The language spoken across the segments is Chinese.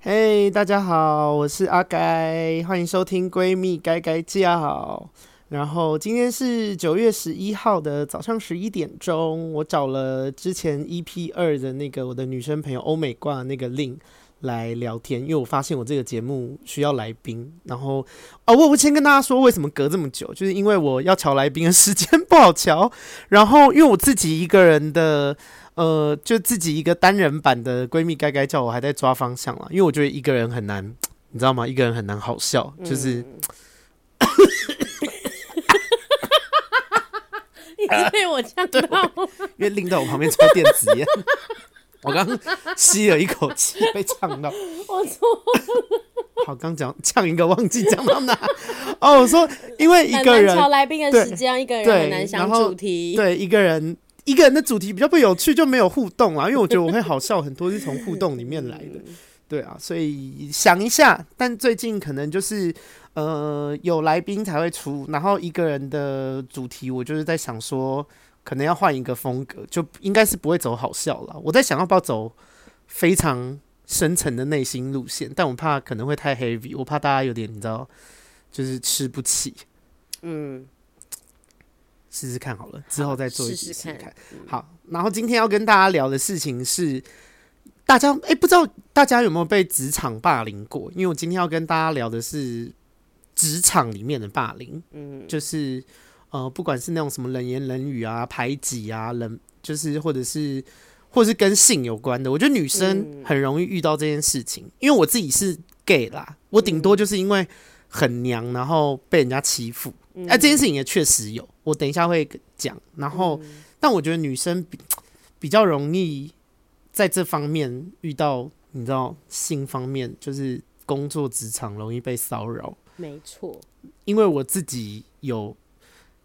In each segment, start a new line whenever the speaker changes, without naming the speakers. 嘿大家好，我是阿该，欢迎收听闺蜜该该叫。然后今天是九月十一号的早上十一点钟，我找了之前 EP 二的那个我的女生朋友欧美挂的那个 link 来聊天，因为我发现我这个节目需要来宾。然后哦，我我先跟大家说为什么隔这么久，就是因为我要瞧来宾的时间不好瞧，然后因为我自己一个人的。呃，就自己一个单人版的闺蜜该该叫我还在抓方向啦，因为我觉得一个人很难，你知道吗？一个人很难好笑，就是、
你
啊
被我呛到，
因为令到我旁边抽电子烟，我刚吸了一口气被呛到。
我错，
好，刚讲呛一个忘记讲到哪哦，我说因为一
很
个
难
人
瞧来宾的时间，一个人
对
很难想
然后
主题。
对一个人一个人的主题比较不有趣，就没有互动啊啦，因为我觉得我会好笑很多是 从互动里面来的。
嗯
对啊，所以想一下，但最近可能就是呃有来宾才会出，然后一个人的主题，我就是在想说，可能要换一个风格，就应该是不会走好笑了。我在想要不要走非常深层的内心路线，但我怕可能会太 heavy，我怕大家有点你知道，就是吃不起。
嗯，
试试看好了，之后再做一集
试试看
看。好，然后今天要跟大家聊的事情是，大家哎、不知道大家有没有被职场霸凌过？因为我今天要跟大家聊的是职场里面的霸凌，嗯，就是呃，不管是那种什么冷言冷语啊、排挤啊、冷，就是或者是或者是跟性有关的，我觉得女生很容易遇到这件事情，因为我自己是 gay 啦，我顶多就是因为很娘，然后被人家欺负。
嗯
哎、这件事情也确实有，我等一下会讲。然后，
嗯
但我觉得女生比比较容易在这方面遇到，你知道性方面，就是工作职场容易被骚扰。
没 错，
因为我自己有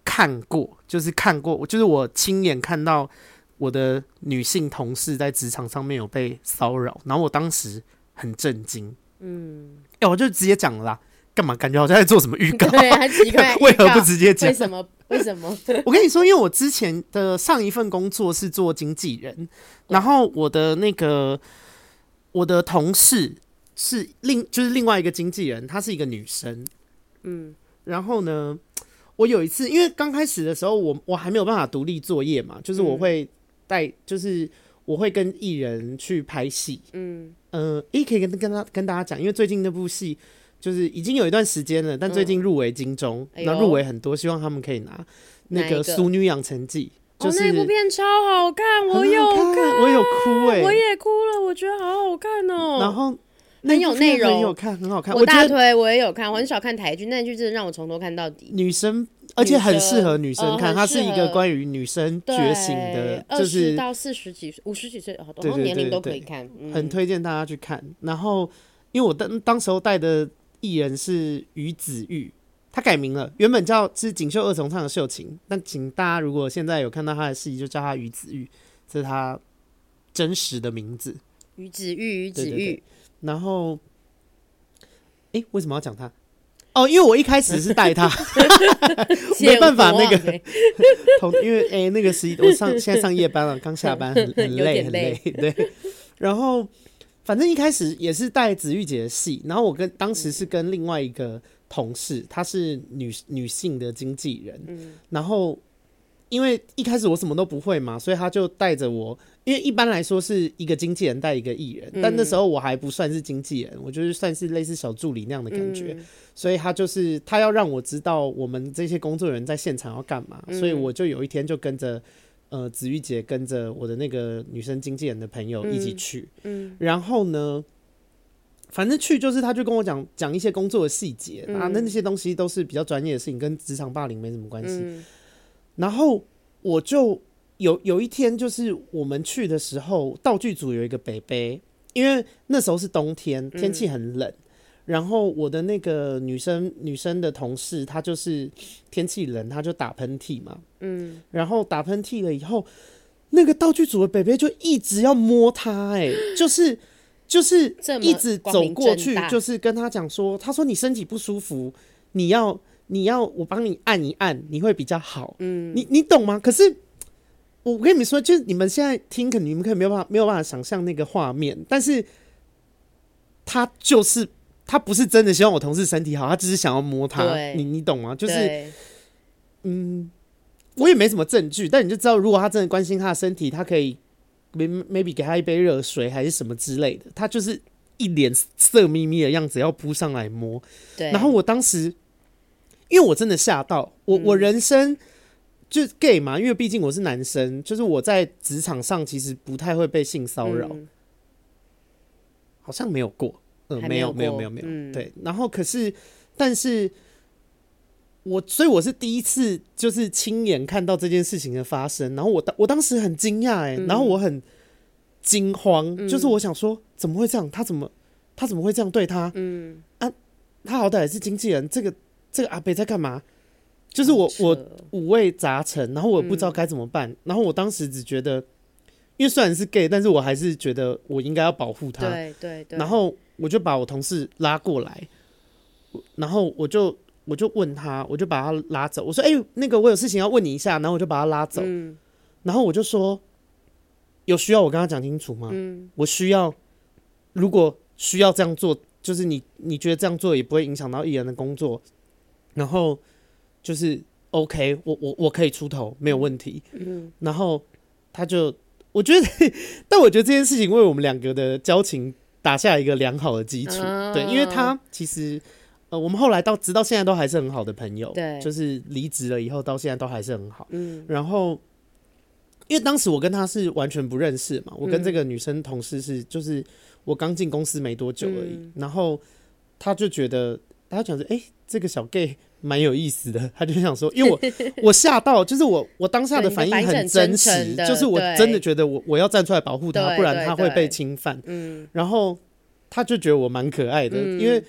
看过，就是看过，就是我亲眼看到我的女性同事在职场上面有被骚扰，然后我当时很震惊。嗯，哎、我就直接讲了啦，干嘛？感觉好像在做什么预告？ ，
对，很奇怪
为何不直接
为
讲？
什么？为什么？
我跟你说，因为我之前的上一份工作是做经纪人，然后我的那个我的同事是另就是另外一个经纪人，她是一个女生，嗯，然后呢，我有一次因为刚开始的时候我我还没有办法独立作业嘛，就是
嗯
我会带、就是我会跟艺人去拍戏，
嗯，
呃，也可以跟跟他跟大家讲，因为最近那部戏就是已经有一段时间了，但最近入围金钟，
嗯哎
那、
呦
入围很多，希望他们可以拿那
哪
个
一
《
个
俗女养成记》，
哦
就，是
那部片超好看，我有
很好看，我有哭哎、
我也哭了，我觉得好好看哦。
然后那部
有
片
内容
很有看，很好看，
我
我觉
大
得
腿我也有看，我很少看台剧，那剧真的让我从头看到底。
女生。而且很适合女生
呃
看，
很
它是一
适
个
合
关于女生
对
觉醒的，
20
就是
到四十几岁、五十几岁，哦好
对
多
对
年龄
对
都可以
对
看。嗯
很推荐大家去看。然后，因为我当当时候带的艺人是于子玉，他改名了，原本叫是锦绣二重唱的秀琴，但请大家如果现在有看到他的戏，就叫他于子玉，这是他真实的名字。
于子玉，于
对
子
对对
玉，
然后，诶，为什么要讲他？哦，因为我一开始是带 他，
啊
没办法那个
个
同因为诶，那个十一，我上现在上夜班了，刚下班很很
有
累
点
很 累，对。然后反正一开始也是带子玉姐的戏，然后我跟当时是跟另外一个同事，她是女女性的经纪人，然后因为一开始我什么都不会嘛，所以他就带着我，因为一般来说是一个经纪人带一个艺人，但那时候我还不算是经纪人，我就是算是类似小助理那样的感觉，所以他就是他要让我知道我们这些工作人员在现场要干嘛，所以我就有一天就跟着。呃，子玉姐跟着我的那个女生经纪人的朋友一起去，嗯，然后呢，反正去就是他就跟我讲讲一些工作的细节、啊，那那些东西都是比较专业的事情，跟职场霸凌没什么关系。然后我就有有一天，就是我们去的时候，道具组有一个北北，因为那时候是冬天，天气很冷。然后我的那个女生女生的同事，她就是天气冷，她就打喷嚏嘛。嗯。然后打喷嚏了以后，那个道具组的北北就一直要摸她、哎，就是就是
这么
一直
光
走
明
过
正
去，
大
就是跟她讲说，她说你身体不舒服，你要你要我帮你按一按，你会比较好。嗯，你你懂吗？可是我跟你们说，就是你们现在听，可能你们可能没有办法没有办法想象那个画面，但是他就是他不是真的希望我同事身体好，他只是想要摸他，
对
你你懂吗？就是
对
我也没什么证据，但你就知道，如果他真的关心他的身体，他可以 may- maybe 给他一杯热水还是什么之类的，他就是一脸色眯眯的样子要扑上来摸，
对，
然后我当时，因为我真的吓到
嗯
我，我人生就是 gay 嘛，因为毕竟我是男生，就是我在职场上其实不太会被性骚扰，
嗯
好像没有过，嗯、
还
没有
没
没有
有过
没有没有，
嗯
对。然后可是，但是我所以我是第一次就是亲眼看到这件事情的发生，然后我当我当时很惊讶哎，然后
嗯
我很惊慌，就是我想说怎么会这样？他怎么他怎么会这样对他？嗯啊，他好歹也是经纪人，这个这个阿北在干嘛？就是我
好
我
扯嗯
五味杂陈，然后我也不知道该怎么办。然后我当时只觉得，因为虽然是 gay，但是我还是觉得我应该要保护他。
对对对，
然后我就把我同事拉过来，我然后我就我就问他，我就把他拉走。我说：“哎、那个我有事情要问你一下。”然后我就把他拉走。
嗯
然后我就说：“有需要我跟他讲清楚吗？
嗯
我需要，如果需要这样做，就是你你觉得这样做也不会影响到艺人的工作，然后就是 OK，我我我可以出头，没有问题。
嗯，
然后他就，我觉得，但我觉得这件事情为我们两个的交情打下一个良好的基础。
啊
对，因为他其实，呃，我们后来到直到现在都还是很好的朋友。
对
就是离职了以后到现在都还是很好。
嗯，
然后，因为当时我跟他是完全不认识嘛，我
嗯
跟这个女生同事是，就是我刚进公司没多久而已。
嗯
然后他就觉得，他就想说，哎、这个小 gay 蛮有意思的，他就想 说，因为我我吓到，就是我我当下的
对你的
反应
反应是
很
很
真
真诚
实，
的
就是我
对
真的觉得我我要站出来保护他，
对
不然
对
他会被
对
侵犯。
嗯
然后他就觉得我蛮可爱的，因为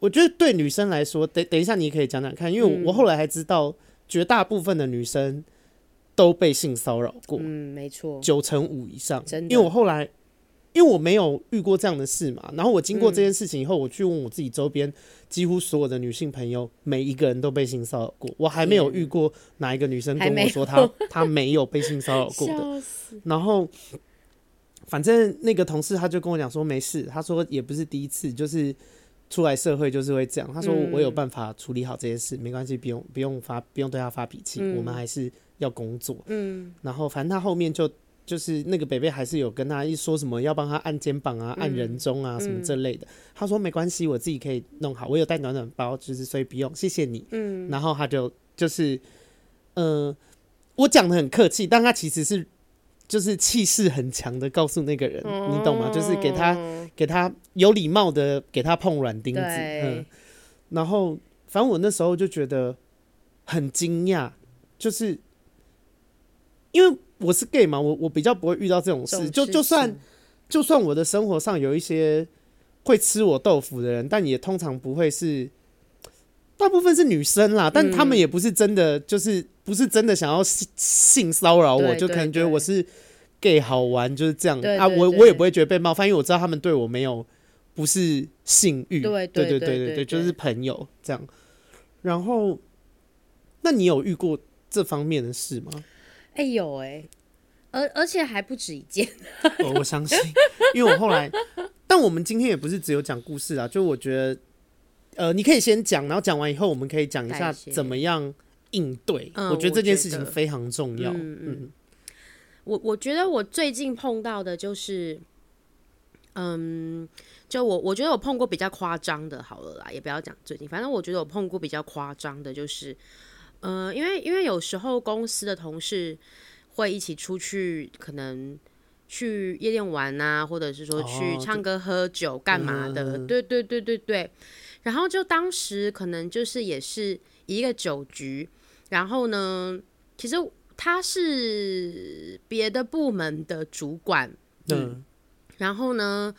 我觉得对女生来说，等等一下你也可以讲讲看，因为我,、
嗯
我后来还知道，绝大部分的女生都被性骚扰过，
嗯，没错，
九成五以上。
真的
因为我后来，因为我没有遇过这样的事嘛，然后我经过
嗯
这件事情以后，我去问我自己周边几乎所有的女性朋友，每一个人都被性骚扰过，我还没有遇过哪一个女生
还
跟
没
我
有
说她她没有被性骚扰过的。
笑死，
然后反正那个同事他就跟我讲说没事，他说也不是第一次，就是出来社会就是会这样。他说我有办法处理好这些事，没关系，不用不用发不用对他发脾气，我们还是要工作。
嗯，
然后反正他后面就就是那个北北还是有跟他一说什么要帮他按肩膀啊、按人中啊什么这类的。他说没关系，我自己可以弄好，我有带暖暖包，就是所以不用，谢谢你。嗯，然后他就就是，呃，我讲的很客气，但他其实是就是气势很强的告诉那个人，
哦
你懂吗？就是给他给他有礼貌的给他碰软钉子，嗯
对，，
然后，反正我那时候就觉得很惊讶，就是因为我是 gay 嘛，我我比较不会遇到这种
这种
事。就
事
就算
情
就算我的生活上有一些会吃我豆腐的人，但也通常不会是，大部分是女生
嗯
啦，但他们也不是真的，就是不是真的想要性性骚扰我，
对
就可能
对
觉得我是 gay 好玩，就是这样
对
啊。
对
我
对
我也不会觉得被冒犯，因为我知道他们对我没有不是性欲，
对
对
对
对
对
对
对对
就是朋友这样。然后，那你有遇过这方面的事吗？
哎有哎，而而且还不止一件，
哦，我相信，因为我后来，但我们今天也不是只有讲故事啊，就我觉得，呃，你可以先讲，然后讲完以后，我们可以讲一下
代谢
怎么样应对。
嗯
我觉得
我
这件
觉
事情
得
非常重要。
嗯嗯，我我觉得我最近碰到的就是，嗯，就我我觉得我碰过比较夸张的，好了啦，也不要讲最近，反正我觉得我碰过比较夸张的，就是，呃，因为因为有时候公司的同事会一起出去，可能。去夜店玩啊，或者是说去
哦
唱歌、喝酒、干嘛的？
嗯
对对对对对。然后就当时可能就是也是一个酒局，然后呢，其实他是别的部门的主管，
嗯
然后呢，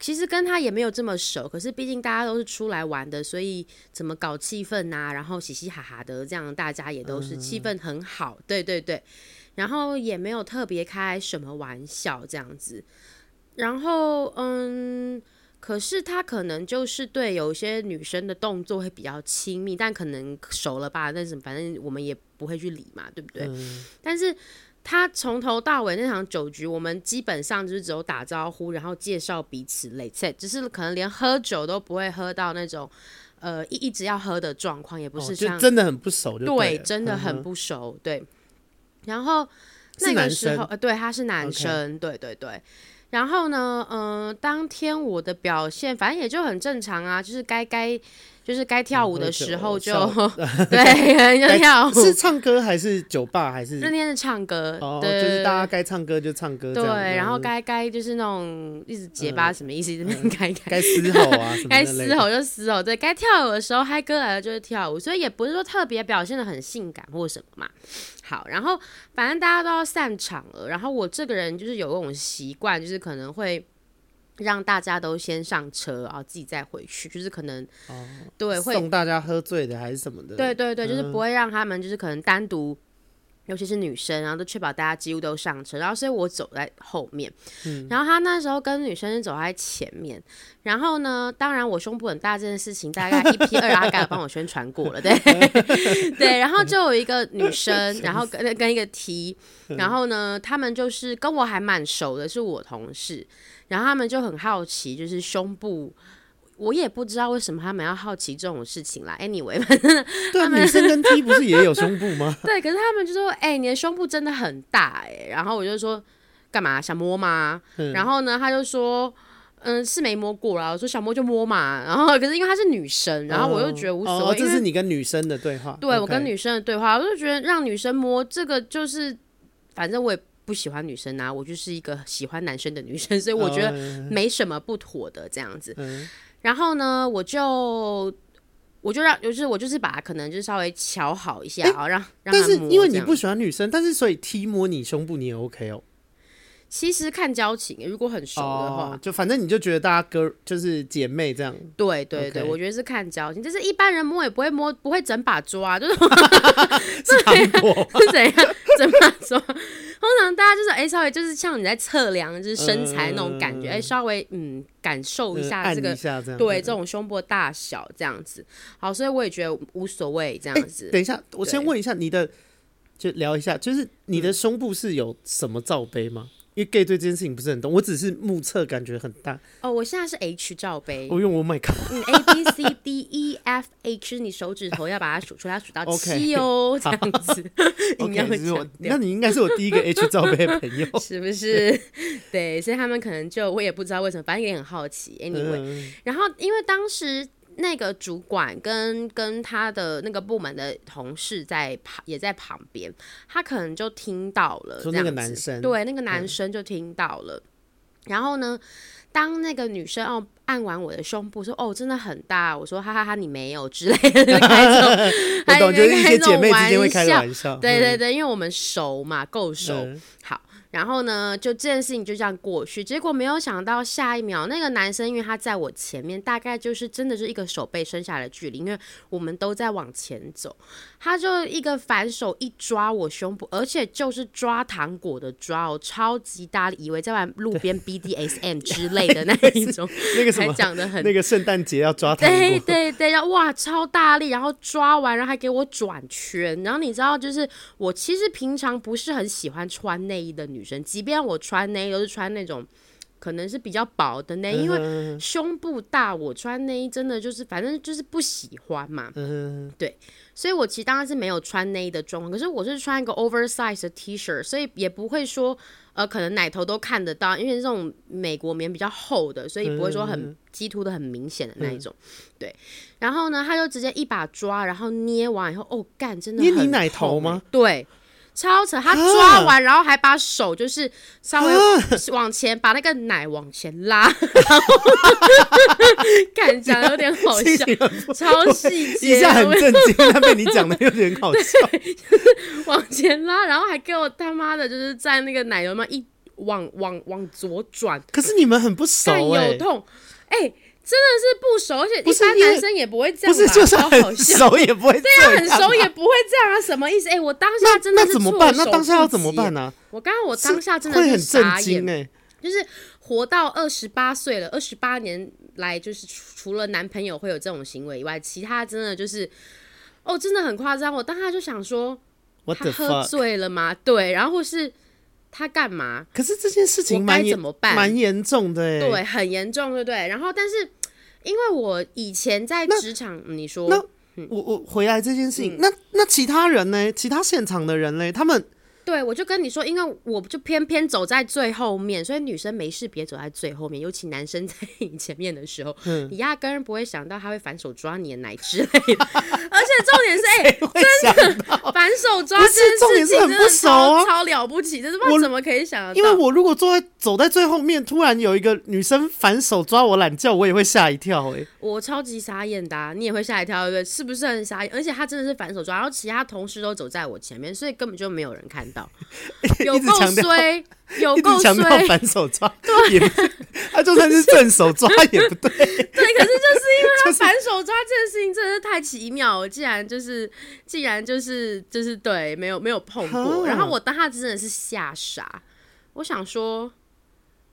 其实跟他也没有这么熟，可是毕竟大家都是出来玩的，所以怎么搞气氛呐、然后嘻嘻哈哈的，这样大家也都是气氛很好，对对对，然后也没有特别开什么玩笑这样子，然后嗯。可是他可能就是对有一些女生的动作会比较亲
嗯
密，但可能熟了吧，但是反正我们也不会去理嘛，对不对？但是他从头到尾那场酒局，我们基本上就是只有打招呼，然后介绍彼此累菜，只是可能连喝酒都不会喝到那种，呃，一一直要喝的状况，也不
哦
是
就
像、
真的嗯很不熟就
对，
了
真的很不熟，对。然后
是
那
男
个时候，
生
呃，对，他是男
OK
生对对对。然后呢，嗯、当天我的表现反正也就很正常啊，就是该该就是该跳舞的时候就、
嗯 喝
对，就跳舞。
是唱歌还是酒吧还
那
是？
天是唱歌，
哦，就
对对
是
对
大家该唱歌就唱歌这
对，
样，
然后
嗯
该该就是那种一直结巴什么意思，一直 边该该
该嘶吼啊什么
该
那类
嘶
的
吼就嘶吼，对该跳舞的时候嗨歌来了就是跳舞，所以也不是说特别表现的很性感或什么嘛。好，然后反正大家都要散场了，然后我这个人就是有那种习惯，就是可能会。让大家都先上车，然后自己再回去，就是可能，
哦
对，会
送大家喝醉的还是什么的。
对对对，就是不会让他们就是可能单独，尤其是女生，然后都确保大家几乎都上车，然后所以我走在后面，然后他那时候跟女生是走在前面，然后呢，当然我胸部很大这件事情，大概一 P 二阿嘎有帮我宣传过了，对对，然后就有一个女生，然后跟跟一个 T，然后呢，他们就是跟我还蛮熟的，是我同事，然后他们就很好奇，就是胸部。我也不知道为什么他们要好奇这种事情啦。Anyway，反正
对啊，女生跟 T 不是也有胸部吗？
对，可是他们就说：“哎、你的胸部真的很大哎、然后我就说：“干嘛想摸吗？”
嗯
然后呢，他就说：“嗯，是没摸过啦。”我说：“想摸就摸嘛。”然后 可是因为她是女生， 然后我就觉得无所
哦哦
谓，因
这是
为
你跟女生的对话。
对我跟女生的对话，我就觉得让女生摸这个就是，反正我也不喜欢女生啊，我就是一个喜欢男生的女生，所以我觉得
得
没什么不妥的这样子。
嗯
然后呢，我就。我就让，就是我就是把它可能就是稍微瞧好一下，然后让让
但
他
是
摸
因为
这
你
样
不喜欢女生，但是所以 T 摸你胸部你也 OK 哦。
其实看交情，如果很熟的话，
哦，就反正你就觉得大家哥就是姐妹 这样，
对对对
OK
我觉得是看交情。就是一般人摸也不会摸，不会整把抓， 就是
是韩国
是怎样 整把抓。通常大家就是哎、稍微就是像你在测量就是身材那种感觉，
嗯
哎、稍微嗯感受一
嗯
下
按
这
一
个。
下这样。嗯
对这种胸部的大小这样子，好，所以我也觉得无所谓这
哎
样子。
等一下，我先
对
问一下你的，就聊一下，就是你的胸部是有什么罩杯吗？因为 gay 对这件事情不是很懂，我只是目测感觉很大。
哦，我现在是 H 罩杯，
我用我 my god，
嗯，A B C D E F H，你手指头要把它数出来，数到
OK
七哦，这样子。 应该
OK，
会
是我
强，
那
调
你应该是我第一个 H 罩杯的 朋友。
是不是？ 对，所以他们可能就我也不知道为什么，反正也很好奇。Anyway，、
嗯
然后因为当时那个主管跟跟他的那个部门的同事在旁也在旁边，他可能就听到了
说
这
那
样
个
子，
男生嗯
对那个男生就听到了。然后呢，当那个女生哦按完我的胸部说哦真的很大，我说哈哈哈你没有之类的，就开这 种
我懂，就是一
开
些
这
姐
种
妹之间会开的
笑
玩笑。
对
嗯
对对，因为我们熟嘛，够熟。
嗯
好，然后呢，就这件事情就这样过去。结果没有想到，下一秒那个男生，因为他在我前面，大概就是真的是一个手背伸下来的距离，因为我们都在往前走，他就一个反手一抓我胸部，而且就是抓糖果的抓哦，超级大力，以为在玩路边 BDSM 之类的那一 种，
那个什
还
么，
讲的很
那个圣诞节要抓糖
对
果，
对对，然后哇，超大力，然后抓完，然后还给我转圈。然后你知道，就是我其实平常不是很喜欢穿内衣的女生，即便我穿内衣都是穿那种可能是比较薄的内衣，因为胸部大，我穿内衣真的就是反正就是不喜欢嘛。
嗯，
所以我其实当然是没有穿内衣的状况，可是我是穿一个 oversize 的 T 恤，所以也不会说呃，可能奶头都看得到，因为这种美国棉比较厚的，所以不会说
嗯
很激凸的很明显的那一种。对，然后呢，他就直接一把抓，然后捏完以后，哦，干，真的
捏你
很
奶头
痛欸
吗？
对。超扯！他抓完，然后还把手就是稍微往前，把那个奶往前拉，然后 感讲有点 好
心
笑，
情很不
超细节，啊
一下很
我
震惊，但被你讲的有点好笑。
往前拉，然后还给我他妈的，就是在那个奶油嘛一往往往左转，
可是你们很不熟
干
哎、
有痛，哎、真的是不熟，而且
不
一
是
般
因为
男生也不会这
不
样吧，
是就是
超好
很
笑，
熟也不会这啊
他
样，
很熟也不会这样啊，什么意思？哎、我当下真的
那
是
怎么
措
办？那
手
当下
不
要怎么
及
办？呢、
我刚刚我当下真的
会
是
很震
傻眼
惊，哎、
就是活到二十八岁了，二十八年来，就是除除了男朋友会有这种行为以外，其他真的就是，哦，真的很夸张。我当下就想说，
我
他
的
喝
fuck！
醉了吗？对，然后或是他干嘛？
可是这件事情
我
蛮
该
严
怎么办
蛮严重的哎。
对，很严重，对不对？然后，但是因为我以前在
那
职场，嗯你说
那我我回来这件事
嗯
情，那那其他人呢？其他现场的人呢？他们
对，我就跟你说，因为我就偏偏走在最后面，所以女生没事别走在最后面，尤其男生在你前面的时候，
嗯
你压根儿不会想到他会反手抓你的奶之类的。 而且重 点是，哎、
会想到，
反手抓
不
这
是
件
重点是
事情
很
真
不
的
熟
超、
啊
超了不起，真是不知道
我
怎么可以想得到。
因为我如果坐在走在最后面，突然有一个女生反手抓我懒觉，我也会吓一跳哎、
我超级傻眼的、啊，你也会吓一跳，对不对？是不是很傻眼？而且他真的是反手抓，然后其他同事都走在我前面，所以根本就没有人看到，有
一直
够
强调
衰，有
一
够
直强调
衰，
反手 抓，也不对，他就算是正手抓也不对，
对，可是就是因为他反手抓这件事情真的是太奇妙了，竟然就是竟然就是就是对，没有没有碰过。
哈
然后我当下真的是吓傻，我想说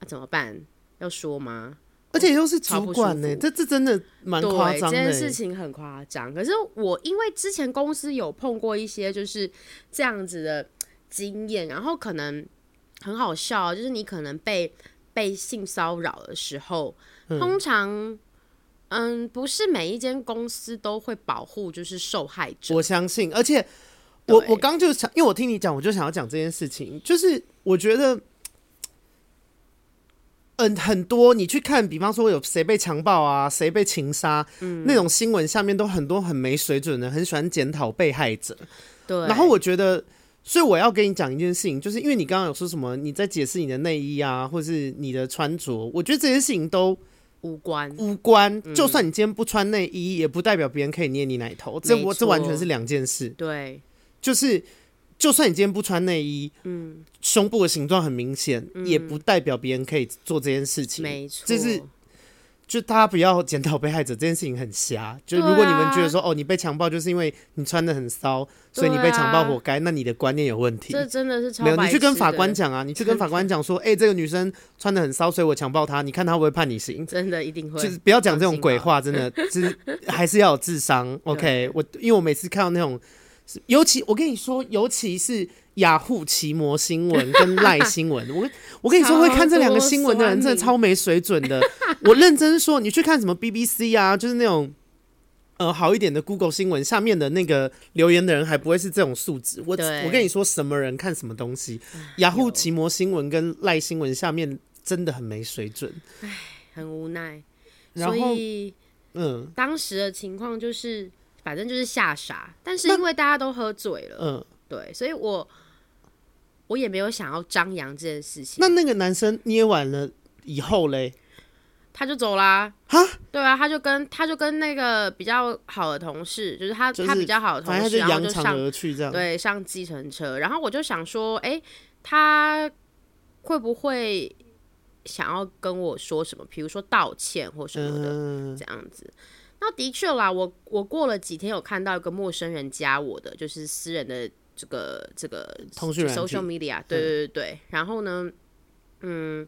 啊怎么办？要说吗？
而且又是
超不
主
舒
管呢、
服
这这真的蛮夸
对，这
张的、
件事
欸。
情很夸张。可是我因为之前公司有碰过一些就是这样子的经验，然后可能很好笑啊，就是你可能被被性骚扰的时候，通常。嗯，不是每一间公司都会保护就是受害者，
我相信，而且我
对
我刚就想，因为我听你讲，我就想要讲这件事情，就是我觉得。嗯，很多你去看，比方说有谁被强暴啊，谁被情杀，
嗯
那种新闻下面都很多很没水准的，很喜欢检讨被害者。
对。
然后我觉得，所以我要跟你讲一件事情，就是因为你刚刚有说什么你在解释你的内衣啊，或是你的穿着，我觉得这些事情都
无关，
无关。
嗯
就算你今天不穿内衣，也不代表别人可以捏你奶头，这
没
我这
错
完全是两件事。
对
就是就算你今天不穿内衣，嗯，胸部的形状很明显，也不代表别人可以做这件事情。
嗯没错，
这是就大家不要检讨被害者这件事情很瞎。就如果你们觉
啊
得说、哦，你被强暴就是因为你穿的很骚，所以你被强暴活该，那你的观念有问题。
啊这真的是超
没有，
白
你去跟
痴
法
的
官，讲啊，你去跟法官 讲说，哎、这个女生穿的很骚，所以我强暴她，你看她会不会判你刑？
真的一定会，
就是不要讲这
放
种
心啊
鬼
吧
话，真 的，就是还是要有智商。OK，我因为我每次看到那种，尤其我跟你说，尤其是雅虎奇摩新闻 跟赖新闻，我跟我跟你说，
超
会看这两个
多
新闻的人真的
酸民
超没水准的。我认真说，你去看什么 BBC 啊，就是那种。呃，好一点的 Google 新闻下面的那个留言的人还不会是这种素质。我
对
我跟你说，什么人看什么东西，雅虎奇摩新闻跟赖新闻下面真的很没水准。
很无奈，
然
所
后
以
嗯，
当时的情况就是，反正就是吓傻，但是因为大家都喝醉了，
嗯
对，所以我我也没有想要张扬这件事情，
那那个男生捏完了以后嘞，
他就走啦。
哈，
对啊，他就跟他就跟那个比较好的同事，就是他、
就是
他比较好的
反正他就
同事，然后
扬
就
长
上
而去这样。
对上计程车，然后我就想说，哎、他会不会想要跟我说什么，比如说道歉或什么的？
嗯，
这样子。那的确啦，我我过了几天有看到一个陌生人加我的，就是私人的这个这个
通讯软体嗯
social media，对对对对。然后呢，嗯，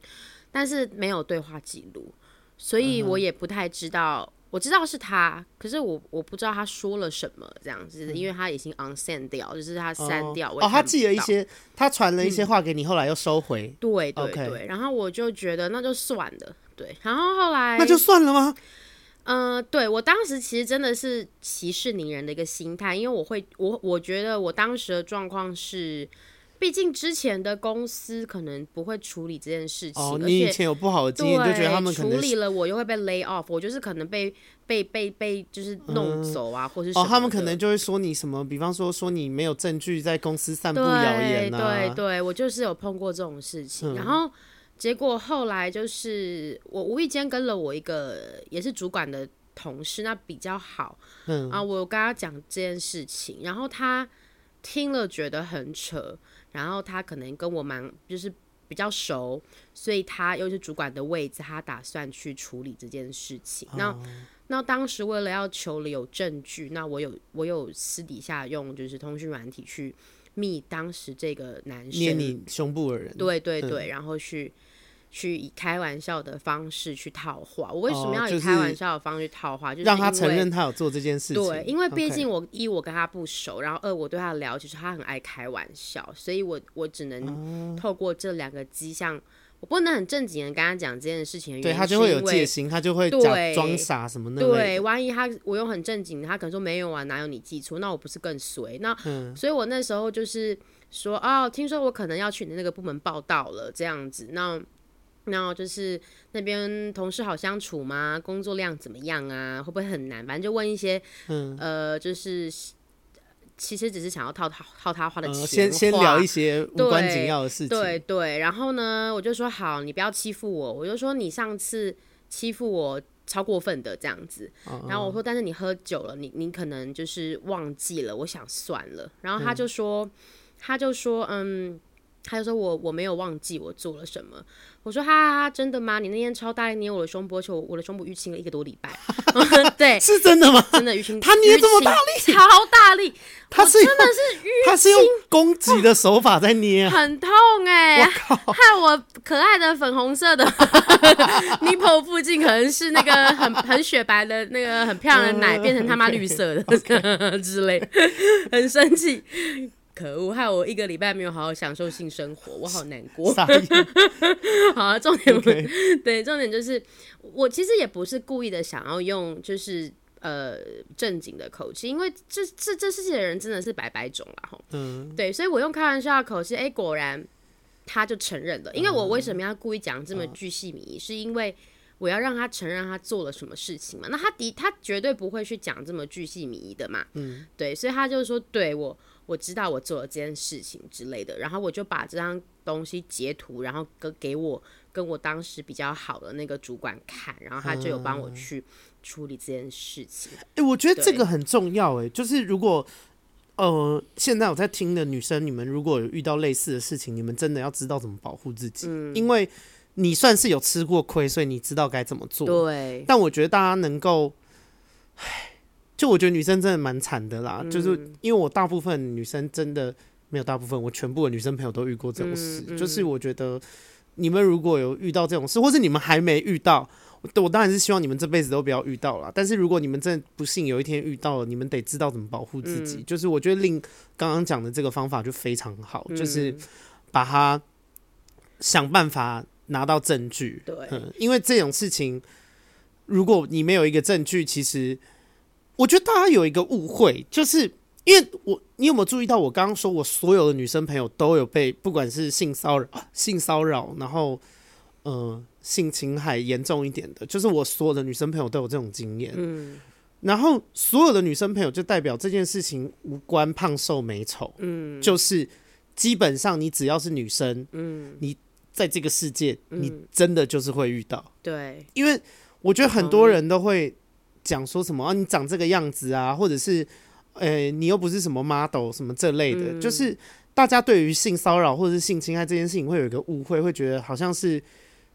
但是没有对话记录，所
嗯
以我也不太知道。我知道是他，可是我我不知道他说了什么，这样子，因为他已经 unsend 掉，就是他删掉。
嗯哦
我
哦，
也
他
看不
寄了一
到
些，他传了一些话给你，后来又收回，
对对
OK
对，然后我就觉得那就算了，对。然后后来
那就算了吗？
嗯，对我当时其实真的是息事宁人的一个心态，因为我会，我我觉得我当时的状况是，毕竟之前的公司可能不会处理这件事情，
哦，
哎而
你以
且
前有不好的经
对
验，就觉得他们可
处
能
理了我又会被 lay off，我就是可能被被被被就是弄走啊，或是什
哦，
么
他们可
的
能就会说你什么，比方说说你没有证据在公司散布
对
谣言
对
啊，嗯
对，我就是有碰过这种事情，然后结果后来就是我无意间跟了我一个也是主管的同事，那比较好，
嗯
啊，我有跟他讲这件事情，然后他听了觉得很扯，然后他可能跟我蛮就是。比较熟，所以他又是主管的位置，他打算去处理这件事情。
哦
那那当时为了要求有证据，那我有我有私底下用就是通讯软体去密当时这个男
捏嗯
生，
你胸部的人，
对对对，然后去去以开玩笑的方式去套话。我为什么
哦
要
就
以
是
开玩笑的方式去套话？就是
让他
因
承
为
认他有做这件事情。
对，因为毕
OK
竟我一我跟他不熟，然后二我对他的了解就是他很爱开玩笑，所以我我只
哦
能透过这两个迹象，我不能很正经的跟他讲这件事情的原因，
对他就会有戒
心。
心，他就会假
对
装傻什么那类
对，
的。
万一他我用很正经的，他可能说没有啊，哪有你记错？那我不是更衰？那、
嗯
所以我那时候就是说，哦，听说我可能要去你的那个部门报道了，这样子。那那就是那边同事好相处吗？工作量怎么样啊？会不会很难？反正就问一些，
嗯
呃，就是其实只是想要套他套他话的
呃
钱、
先先聊一些无关紧要的事情。
对对，然后呢，我就说好，你不要欺负我，我就说你上次欺负我超过分的这样子。
嗯
然后我说，但是你喝酒了，你你可能就是忘记了，我想算了。然
嗯
后他就说，他就说，嗯。他就说我我没有忘记我做了什么，我说哈哈哈，真的吗？你那天超大力捏我的胸部，而且我我的胸部淤青了一个多礼拜， 对，
是真的吗？
真的淤青，
他捏这么大
力，超大力，
他是
真的是
他是用攻击的手法在捏啊，
很痛哎、害我可爱的粉红色的 nipple 附近可能是那个很 很雪白的那个很漂亮的奶，变成他妈绿色的 之类，很生气。可恶，害我一个礼拜没有好好享受性生活， 我好难过。
傻眼。
好、啊，重点不
OK
对，重点就是我其实也不是故意的想要用就是呃正经的口气，因为这这这世界的人真的是百百种啦吼。
嗯，
对，所以我用开玩笑的口气，哎、果然他就承认了。因为我为什么要故意讲这么巨细靡遗，是因为我要让他承认他做了什么事情嘛。那他的他绝对不会去讲这么巨细靡遗的嘛。嗯，对，所以他就说，对我我知道我做了这件事情之类的，然后我就把这张东西截图，然后给给我跟我当时比较好的那个主管看，然后他就有帮
嗯
我去处理这件事情。
哎，我觉得这
对
个很重要。哎，就是如果呃，现在我在听的女生，你们如果有遇到类似的事情，你们真的要知道怎么保护自己，
嗯
因为你算是有吃过亏，所以你知道该怎么做。
对，
但我觉得大家能够，唉，就我觉得女生真的蛮惨的啦，就是因为我大部分女生真的没有大部分，我全部的女生朋友都遇过这种事，就是我觉得你们如果有遇到这种事，或是你们还没遇到。我我当然是希望你们这辈子都不要遇到啦。但是如果你们真的不幸有一天遇到了，你们得知道怎么保护自己。就是我觉得令刚刚讲的这个方法就非常好，就是把它想办法拿到证据。
对
嗯，因为这种事情，如果你没有一个证据，其实我觉得大家有一个误会，就是因为我，你有没有注意到我刚刚说，我所有的女生朋友都有被不管是性骚扰、啊性骚扰，然后呃性侵害严重一点的，就是我所有的女生朋友都有这种经验。嗯，然后所有的女生朋友就代表这件事情无关胖瘦美丑，嗯，就是基本上你只要是女生，嗯，你在这个世界，你真的就是会遇到。
对，
因为我觉得很多人都会讲说什么啊，你长这个样子啊，或者是呃，你又不是什么 model 什么这类的，就是大家对于性骚扰或者是性侵害这件事情会有一个误会，会觉得好像是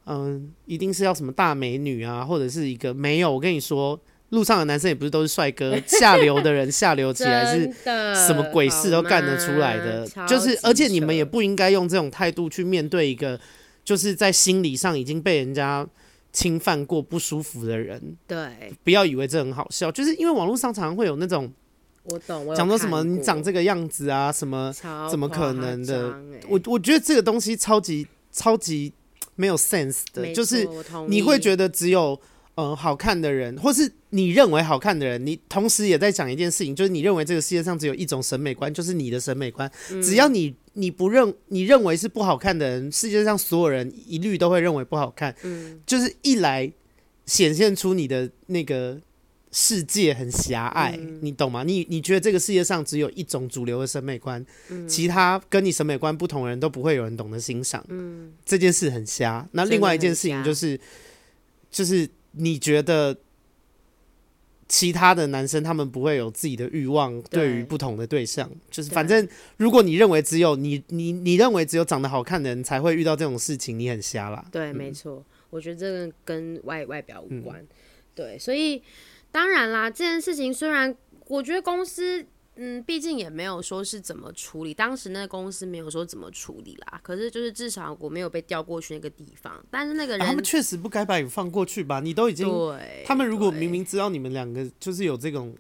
嗯、一定是要什么大美女啊，或者是一个没有。我跟你说，路上的男生也不是都是帅哥，下流的人下 流起来是
真的
什么鬼事都干得出来的，
呃好吗
就是而且你们也
超级扯
不应该用这种态度去面对一个就是在心理上已经被人家侵犯过不舒服的人，
对，
不要以为这很好笑，就是因为网络上常常会有那种
我懂。我有
讲说什么
看
你
过
长这个样子啊，什么
超
怎么可
夸
能的
张欸？
我我觉得这个东西超级超级没有 sense 的，
没
就是
错我同
你会
意
觉得只有嗯、呃好看的人，或是你认为好看的人，你同时也在讲一件事情，就是你认为这个世界上只有一种审美观，就是你的审美观。
嗯
只要你你不认你认为是不好看的人，世界上所有人一律都会认为不好看。嗯，就是一来显现出你的那个。世界很狭隘，
嗯
你懂吗？你你觉得这个世界上只有一种主流的审美观，
嗯
其他跟你审美观不同的人都不会有人懂得欣赏。嗯，这件事很瞎。那
真
另
的
外一件
很
事情
瞎
就是，就是你觉得其他的男生他们不会有自己的欲望，对于
对
不同的对象，就是
对
反正如果你认为只有你你你认为只有长得好看的人才会遇到这种事情，你很瞎啦。
对，没错，我觉得这个跟外外表
嗯
无关。对，所以当然啦，这件事情虽然我觉得公司嗯，毕竟也没有说是怎么处理，当时那个公司没有说怎么处理啦。可是就是至少我没有被调过去那个地方，但是那个
啊他
人、
们确实不该把你放过去吧？你都已经，
对，
他们如果明
对
明知道你们两个就是有这种，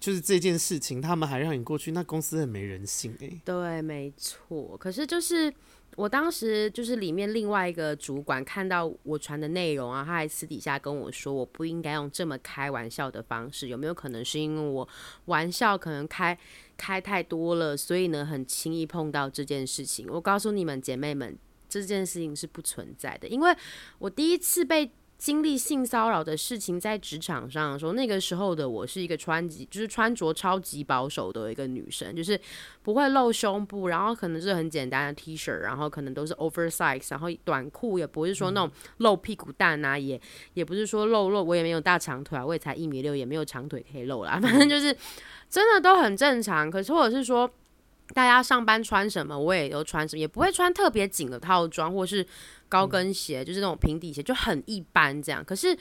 就是这件事情，他们还让你过去，那公司很没人性哎、
对，没错。可是就是我当时就是里面另外一个主管看到我传的内容啊，他还私底下跟我说，我不应该用这么开玩笑的方式，有没有可能是因为我玩笑可能开开太多了，所以呢很轻易碰到这件事情？我告诉你们姐妹们，这件事情是不存在的，因为我第一次被。经历性骚扰的事情，在职场上的时候，那个时候的我是一个穿极，就是穿着超级保守的一个女生，就是不会露胸部，然后可能是很简单的 T 恤，然后可能都是 oversize，然后短裤也不是说那种
嗯
露屁股蛋啊，也也不是说露露，我也没有大长腿啊，我也才一米六，也没有长腿可以露
嗯
啦，反正就是真的都很正常。可是或者是说。大家上班穿什么，我也都穿什么，也不会穿特别紧的套装或是高跟鞋，
嗯
就是那种平底鞋，就很一般这样。可是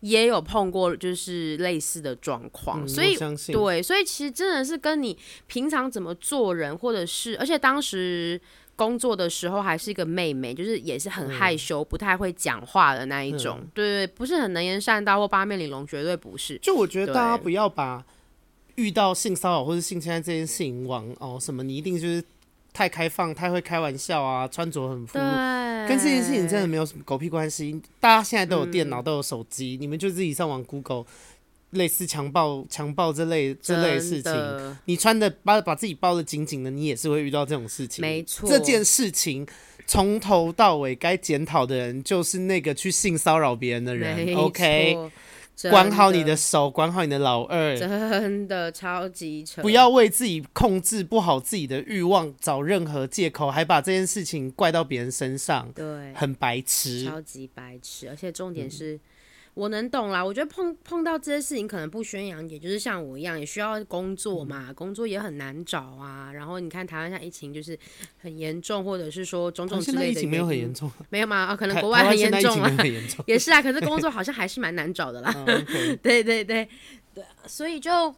也有碰过就是类似的状况，
嗯
哦所以
我相信
对，所以其实真的是跟你平常怎么做人，或者是而且当时工作的时候还是一个妹妹，就是也是
嗯
很害羞、不太会讲话的那一种，对，不是很能言善道或八面玲珑，绝对不是。
就我觉得大家
对
不要把遇到性骚扰或者性侵害这件事情往哦什么，你一定就是太开放、太会开玩笑啊，穿着很
对
暴露，，跟这件事情真的没有什么狗屁关系。大家现在都有电脑，都有手机，你们就自己上网 Google 类似强暴、强暴这类这类的事
真
情。
的
你穿的把把自己包的紧紧的，你也是会遇到这种事情。
没错
这件事情从头到尾该检讨的人就是那个去性骚扰别人的
没
人。
错
OK，
真
管好你的手，管好你的老二，
真的超级扯，
不要为自己控制不好自己的欲望找任何借口，还把这件事情怪到别人身上，
对，
很白痴。
超级白痴，而且重
嗯
点是。我能懂啦，我觉得碰碰到这些事情，可能不宣扬，也就是像我一样，也需要工作嘛，
嗯
工作也很难找啊。然后你看台湾像疫情就是很严重，或者是说种种之
哦现在
类
疫
的，
情没有很严，重，
没有吗？啊，可能
台
国
台
外
湾
很
现
严
在疫
重
情没
啊
有，很严重
。也是啊。可是工作好像还是蛮难找的啦。
嗯 OK
对对对对，啊所以就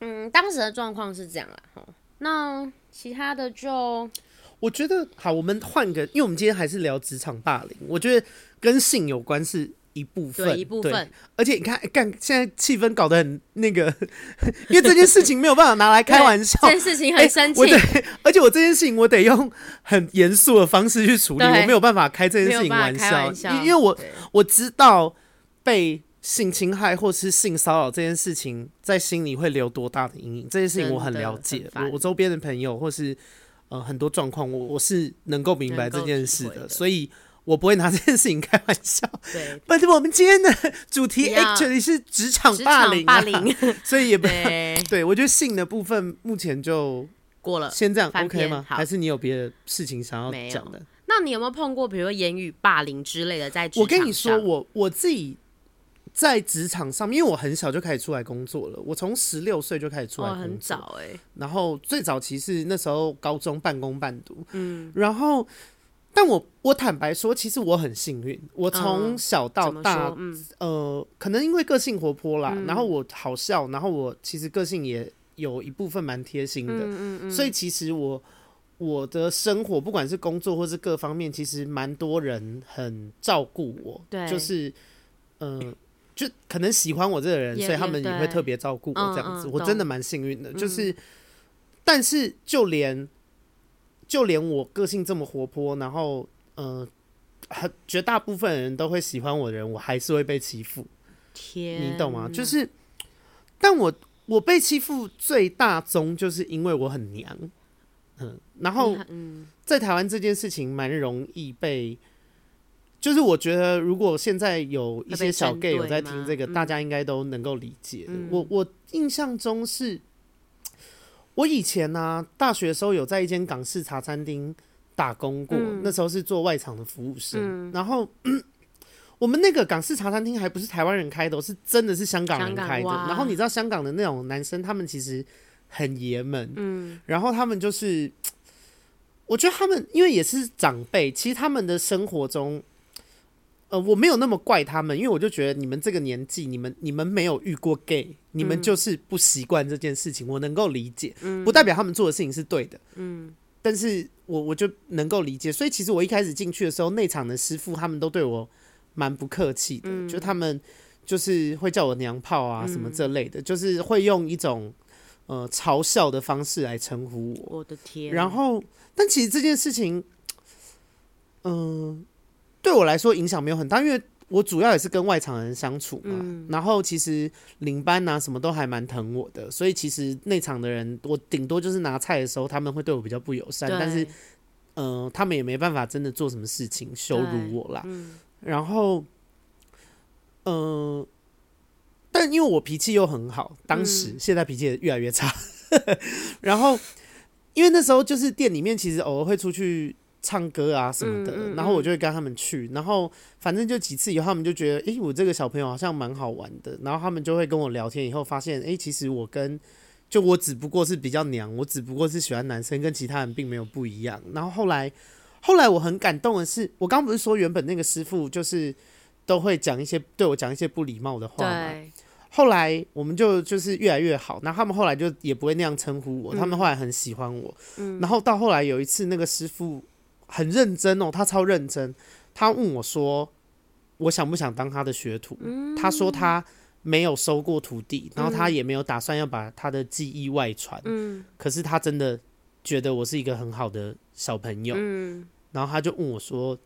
嗯，当时的状况是这样啦。齁那其他的就
我觉得好，我们换个，因为我们今天还是聊职场霸凌，我觉得跟性有关是一部分，
对一部分，
而且你看，干现在气氛搞得很那个， 因为这件事情没有办法拿来开玩笑哎
这，件事情很生气
我，得，而且我这件事情我得用很严肃的方式去处理，
对
我没有办法开这
没
件事
有
情
办
玩
法开玩
因因为我
对
我知道被性侵害或是性骚扰这件事情在心里会留多大的阴影，这件事情我很
真的
了解
很，烦
我我周边的朋友或是呃很多状况，我我是能够明白
能够
这件事
体会
的，
的
所以我不会拿这件事情开玩笑。
对。
但是我们今天的主题
不要
actually 是职场
职
霸
场
凌、啊
霸凌，
所以也不
对，
对我觉得性的部分目前就
过了。
先这样
呃翻
OK
篇
吗？
好
还是你有别的事情想要讲的？
那你有没有碰过，比如说言语霸凌之类的，在职
我跟
场
你说，
上哦
我我自己在职场上面，因为我很小就开始出来工作了，我从十六岁就开始出来
哦，
工作，
很早哎、
然后最早其实那时候高中半工半读，嗯，然后但我我坦白说，其实我很幸运，我从
嗯
小到
怎么
大
说？，嗯，
呃，可能因为个性活泼啦，然后我好笑，然后我其实个性也有一部分蛮贴心的，
嗯
所以其实我我的生活不管是工作或是各方面，其实蛮多人很照顾我，
对
就是嗯、呃就可能喜欢我这个人，
也
所以他
也
们也
对
会特别照顾我这样子，
嗯嗯嗯
我真的蛮幸运的，就是，但是就连就连我个性这么活泼，然后嗯。呃很绝大部分人都会喜欢我的人，我还是会被欺负。
天，
你懂吗？就是，但我我被欺负最大宗就是因为我很娘，嗯，然后
你很嗯，
在台湾这件事情蛮容易被，就是我觉得如果现在有一
会被
些小
针
gay 有
对
在
吗
听这个，
嗯
大家应该都能够理解的
嗯
我我印象中是，我以前呢、大学的时候有在一间港式茶餐厅打工过，
嗯
那时候是做外场的服务生，然后。 我们那个港式茶餐厅还不是台湾人开的哦，是真的是香港人
香港
开的。
哇
然后你知道香港的那种男生，他们其实很爷们，嗯，然后他们就是，我觉得他们因为也是长辈，其实他们的生活中，呃，我没有那么怪他们，因为我就觉得你们这个年纪，你们你们没有遇过 gay，你
嗯
们就是不习惯这件事情，我能够理解，不代表他们做的事情是对的，嗯，但是我我就能够理解，所以其实我一开始进去的时候，内场的师傅他们都对我蛮不客气的，就他们就是会叫我娘炮啊什么这类的，就是会用一种呃嘲笑的方式来称呼我，
我的天，
然后，但其实这件事情，嗯、对我来说影响没有很大，因为我主要也是跟外场人相处嘛。
嗯
然后其实领班啊什么都还蛮疼我的，所以其实内场的人，我顶多就是拿菜的时候他们会对我比较不友善，
对，
但是嗯、呃他们也没办法真的做什么事情羞辱我啦。然后，嗯、但因为我脾气又很好，当时、现在脾气也越来越差。 然后，因为那时候就是店里面其实偶尔会出去唱歌啊什么的，
嗯嗯嗯嗯
然后我就会跟他们去。然后反正就几次以后，他们就觉得，诶、我这个小朋友好像蛮好玩的。然后他们就会跟我聊天，以后发现，诶、其实我跟就我只不过是比较娘，我只不过是喜欢男生，跟其他人并没有不一样。然后后来，后来我很感动的是，我刚不是说原本那个师傅就是都会讲一些对我讲一些不礼貌的话吗？
对，
后来我们就就是越来越好，然后他们后来就也不会那样称呼
嗯
我，他们后来很喜欢我。然后到后来有一次，那个师傅很认真哦，他超认真，他问我说：“我想不想当他的学徒？”
嗯
他说他没有收过徒弟，然后他也没有打算要把他的技艺外传。
嗯
可是他真的觉得我是一个很好的小朋友，
嗯
然后他就问我说。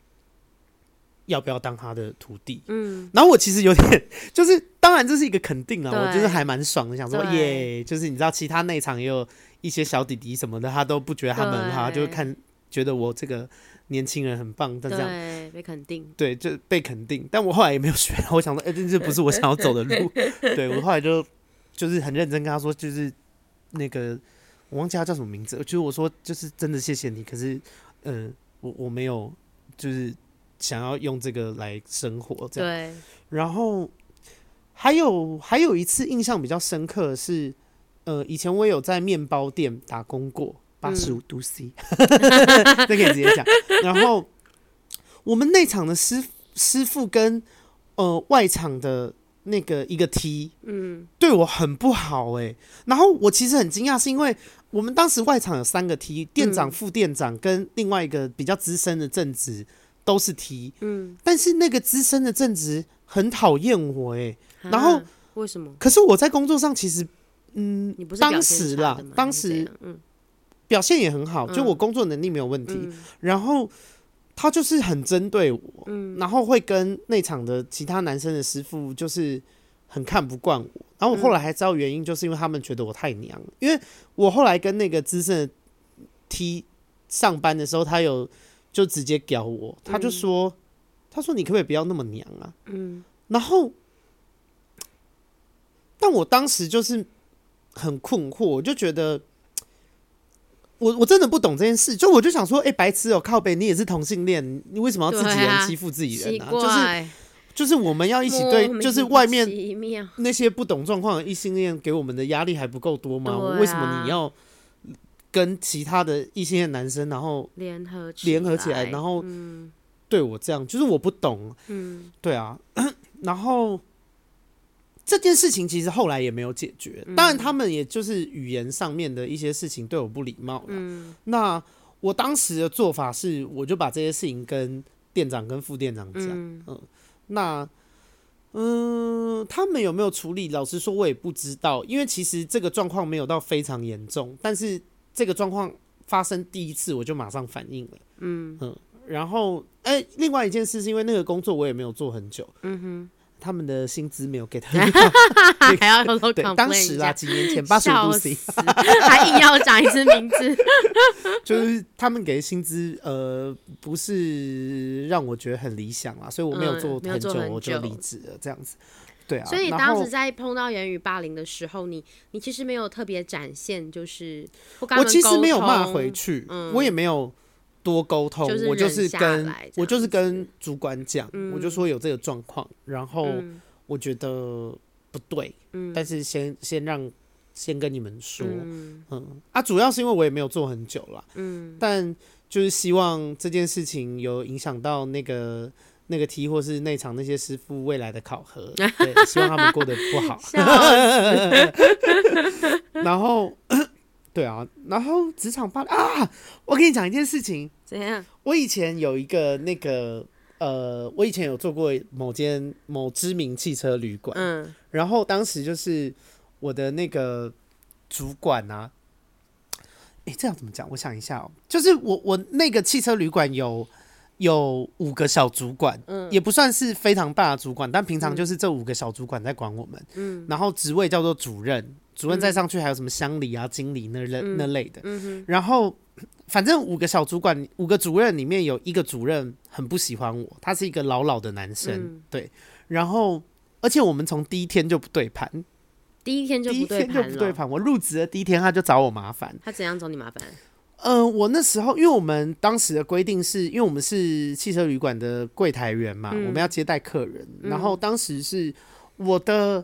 要不要当他的徒弟？
嗯，
然后我其实有点，就是当然这是一个肯定啦，啊
对
我就是还蛮爽的，想说
对
耶，就是你知道其他内场也有一些小弟弟什么的，他都不觉得他们很好，
对
就看觉得我这个年轻人很棒，但这样
对，被肯定，
对就被肯定。但我后来也没有学，我想说，哎、这这不是我想要走的路。对我后来就就是很认真跟他说，就是那个我忘记他叫什么名字，就是我说就是真的谢谢你，可是嗯、呃我我没有就是想要用这个来生活这样。
对，
然后还有还有一次印象比较深刻的是，呃，以前我有在面包店打工过，八十五度 C，、这可以直接讲。然后我们内场的师师傅跟呃外场的那个一个 T，
嗯
对我很不好哎、然后我其实很惊讶，是因为我们当时外场有三个 T，店长、副店长跟另外一个比较资深的正职都是 T，
嗯，
但是那个资深的正职很讨厌我哎、然后
啊为什么？
可是我在工作上其实
你不是
当
表现
时
差
啦
的吗
当
还是怎
时
样嗯
表现也很好，
嗯
就我工作能力没有问题。
嗯
然后他就是很针对我，
嗯
然后会跟内场的其他男生的师傅就是很看不惯我。然后我后
嗯
来还知道原因，就是因为他们觉得我太娘了。因为我后来跟那个资深的 T 上班的时候，他有就直接屌我，他就说：“
嗯
他说你可不可以不要那么娘啊？”嗯，然后，但我当时就是很困惑，我就觉得。我我真的不懂这件事，就我就想说，哎、白痴哦、靠背，你也是同性恋，你为什么要自己
对啊
人欺负自己
奇
人啊？就是
怪，
就是我们要一起
莫
对，
名
就是外面
其妙
那些不懂状况的异性恋给我们的压力还不够多吗？
对啊
我为什么你要跟其他的异性恋男生，然后
联合起
联合起来，然后对我这样？就是我不懂，
嗯
对啊。 然后这件事情其实后来也没有解决，
嗯
当然他们也就是语言上面的一些事情对我不礼貌了。
嗯
那我当时的做法是，我就把这些事情跟店长跟副店长讲。
嗯
那嗯，他们有没有处理？老实说，我也不知道，因为其实这个状况没有到非常严重，但是这个状况发生第一次，我就马上反应了。
嗯
然后，哎、另外一件事是因为那个工作我也没有做很久，
嗯
他们的薪资没有给 他们。
哼， 还要偷偷
对，当时啊，
啦，
几年前八十五
笑
度 C，
死还硬要讲一次名字，
就是他们给的薪资，呃，不是让我觉得很理想啦，所以我没有
嗯
做
没有
很久，
做很
我就
久
离职了，这样子。对啊，
所以你
然
当
后
时在碰到言语霸凌的时候，你你其实没有特别展现，就是我
我其实没有骂回，去，
嗯
我也没有多沟通，
就是
我就
忍
是
下
跟
来这
我就是
样
跟主管讲，我就说有这个状况，然后
嗯
我觉得不对，但是先先让先跟你们说，
嗯
嗯啊，主要是因为我也没有做很久啦，
嗯
但就是希望这件事情有影响到那个。那个 T 或是内场那些师傅未来的考 核，对，希望他们过得不好。
笑死
然后， 对啊，然后职场霸凌啊，我跟你讲一件事情，
怎样？
我以前有一个那个呃，我以前有做过某间某知名汽车旅馆，
嗯，
然后当时就是我的那个主管啊，诶，这要怎么讲？我想一下哦，就是我我那个汽车旅馆有有五个小主管，嗯，也不算是非常大的主管，但平常就是这五个小主管在管我们，嗯，然后职位叫做主任，主任再上去还有什么乡里啊、经理那类、那类的，嗯然后。反正五个小主管，五个主任里面有一个主任很不喜欢我，他是一个老老的男生，对。然后，而且我们从第一天就不对盘，
第一天就
第一
不对
天就
盘
不对
了。
盘。我入职的第一天他就找我麻烦。
他怎样找你麻烦？
嗯、我那时候因为我们当时的规定是，因为我们是汽车旅馆的柜台员嘛，我们要接待客人。然后当时是我的